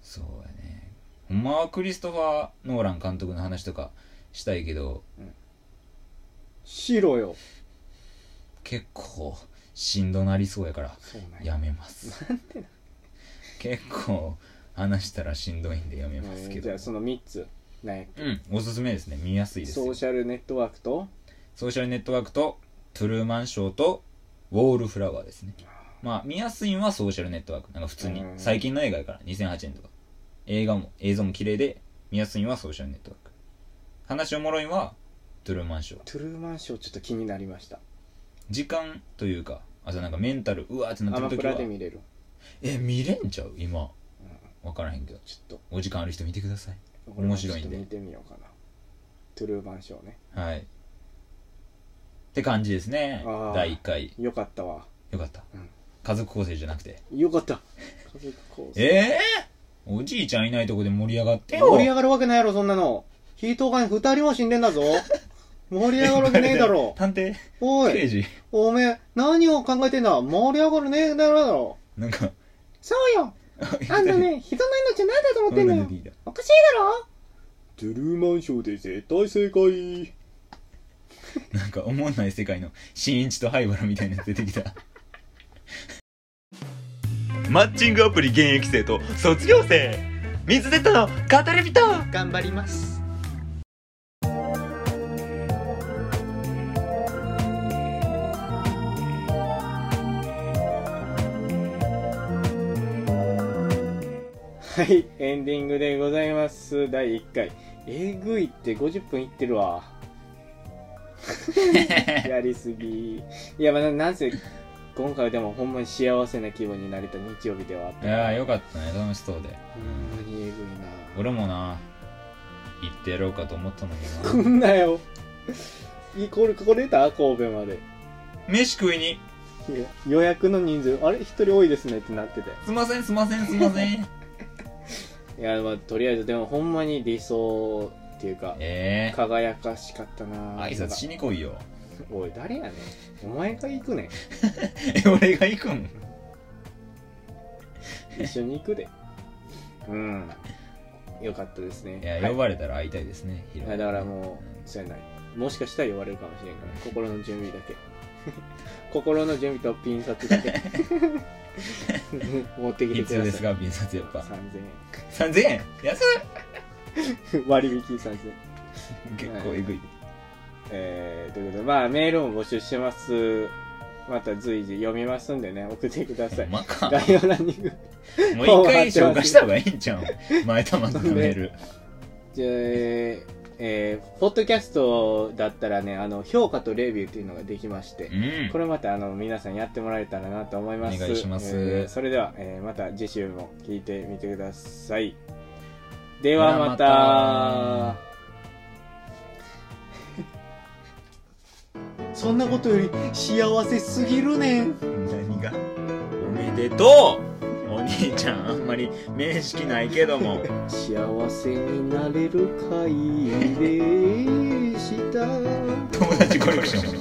[SPEAKER 2] そうやねほんまはクリストファー・ノーラン監督の話とかしたいけど、
[SPEAKER 1] うん白よ
[SPEAKER 2] 結構しんどなりそうやから
[SPEAKER 1] そうなんや
[SPEAKER 2] やめます結構話したらしんどいんでやめます
[SPEAKER 1] え
[SPEAKER 2] け
[SPEAKER 1] ー
[SPEAKER 2] ど、
[SPEAKER 1] じゃあその3つね
[SPEAKER 2] うんおすすめですね見やすいです
[SPEAKER 1] ソ
[SPEAKER 2] よ
[SPEAKER 1] ーシャルネットワークと
[SPEAKER 2] ソーシャルネットワークとトゥルーマンショーとウォールフラワーですねまあ見やすいのはソーシャルネットワークなんか普通に
[SPEAKER 1] うん
[SPEAKER 2] 最近の映画やから2008年とか映画も映像も綺麗で見やすいのはソーシャルネットワーク話おもろいのはトゥルーマンショー
[SPEAKER 1] トゥルーマンショーちょっと気になりました
[SPEAKER 2] 時間というかあとなんかメンタルうわーってな
[SPEAKER 1] ア
[SPEAKER 2] って
[SPEAKER 1] マ
[SPEAKER 2] る
[SPEAKER 1] プ
[SPEAKER 2] 時は
[SPEAKER 1] ラで見れる
[SPEAKER 2] え見れんちゃう今分からへんけど
[SPEAKER 1] ちょっ
[SPEAKER 2] お時間ある人見てください
[SPEAKER 1] と
[SPEAKER 2] 面白いんで
[SPEAKER 1] 俺もちょっと見てみようかなトゥルーマンショーね
[SPEAKER 2] はいって感じですね
[SPEAKER 1] あー
[SPEAKER 2] 第1回
[SPEAKER 1] よかったわ
[SPEAKER 2] よかった、
[SPEAKER 1] うん
[SPEAKER 2] 家族構成じゃなくて
[SPEAKER 1] よかった家族構成
[SPEAKER 2] ええおじいちゃんいないとこで盛り上がってよ
[SPEAKER 1] 盛り上がるわけないやろそんなのヒートガン2人も死んでん だぞ盛り上がるわけねえだろ
[SPEAKER 2] 探偵
[SPEAKER 1] おい
[SPEAKER 2] 刑事
[SPEAKER 1] おめえ、何を考えてんだ盛り上がるねえだろ
[SPEAKER 2] なんか
[SPEAKER 1] そう よあんたね、人の命 なんだと思ってんだよ
[SPEAKER 2] 出てきた
[SPEAKER 1] おかしいだろトゥルーマンショーで絶対正解
[SPEAKER 2] なんか思わない世界の新一と灰原みたいなやつ出てきた マッチングアプリ現役生と卒業生水出たの語り人
[SPEAKER 1] 頑張りますはい、エンディングでございます。第1回。えぐいって50分いってる わ。やりすぎ。いや、まあ、なんせ、今回でもほんまに幸せな気分になれた日曜日ではあった
[SPEAKER 2] いやーよかったね楽しそうで
[SPEAKER 1] ほんまにえぐいな。
[SPEAKER 2] 俺もな行ってやろうかと思ったんだけど
[SPEAKER 1] 来んなよ。いこれ、これた神戸まで。
[SPEAKER 2] 飯食いに
[SPEAKER 1] いや予約の人数、あれ一人多いですねってなってて。
[SPEAKER 2] すんませんすんませんすんま せん
[SPEAKER 1] いや、まあ、とりあえず、でもほんまに理想っていうか、
[SPEAKER 2] ええ
[SPEAKER 1] 輝かしかったな
[SPEAKER 2] 挨拶しに来いよ
[SPEAKER 1] おい、誰やねん。お前が行くね
[SPEAKER 2] え俺が行くん
[SPEAKER 1] ん。一緒に行くで。うん。よかったですね。
[SPEAKER 2] いや、
[SPEAKER 1] はい
[SPEAKER 2] 呼ばれたら会いたいですね、ヒロ
[SPEAKER 1] いやだからもう、そうやない。もしかしたら呼ばれるかもしれんから、心の準備だけ。 心の準備とピン札だ け。持ってきて
[SPEAKER 2] 必
[SPEAKER 1] く
[SPEAKER 2] 要
[SPEAKER 1] だ
[SPEAKER 2] です
[SPEAKER 1] さい。
[SPEAKER 2] が、便札やっぱ。
[SPEAKER 1] 3000
[SPEAKER 2] 3000円安い
[SPEAKER 1] 円。 割引3000円。
[SPEAKER 2] 結構えぐい。
[SPEAKER 1] えー、ということで、まあ、メールも募集してます。また随時読みますんでね、送ってくださ
[SPEAKER 2] ほ
[SPEAKER 1] い
[SPEAKER 2] ん。まか。
[SPEAKER 1] 概要欄に。
[SPEAKER 2] もう一回紹介した方がいいんちゃ うん。前たまのメール。
[SPEAKER 1] じゃあえーえーポッドキャストだったらね、あの、評価とレビューっていうのができまして
[SPEAKER 2] う、ん
[SPEAKER 1] こ。れまたあの皆さんやってもらえたらなと思います
[SPEAKER 2] お願いします
[SPEAKER 1] えーそれでは、えーまた次週も聞いてみてくださいではまた
[SPEAKER 2] では
[SPEAKER 1] そんなことより幸せすぎるねん
[SPEAKER 2] 何がおめでとうお兄ちゃん、あんまり面識ないけど も。
[SPEAKER 1] 幸せになれる会でした
[SPEAKER 2] 友達コレクション。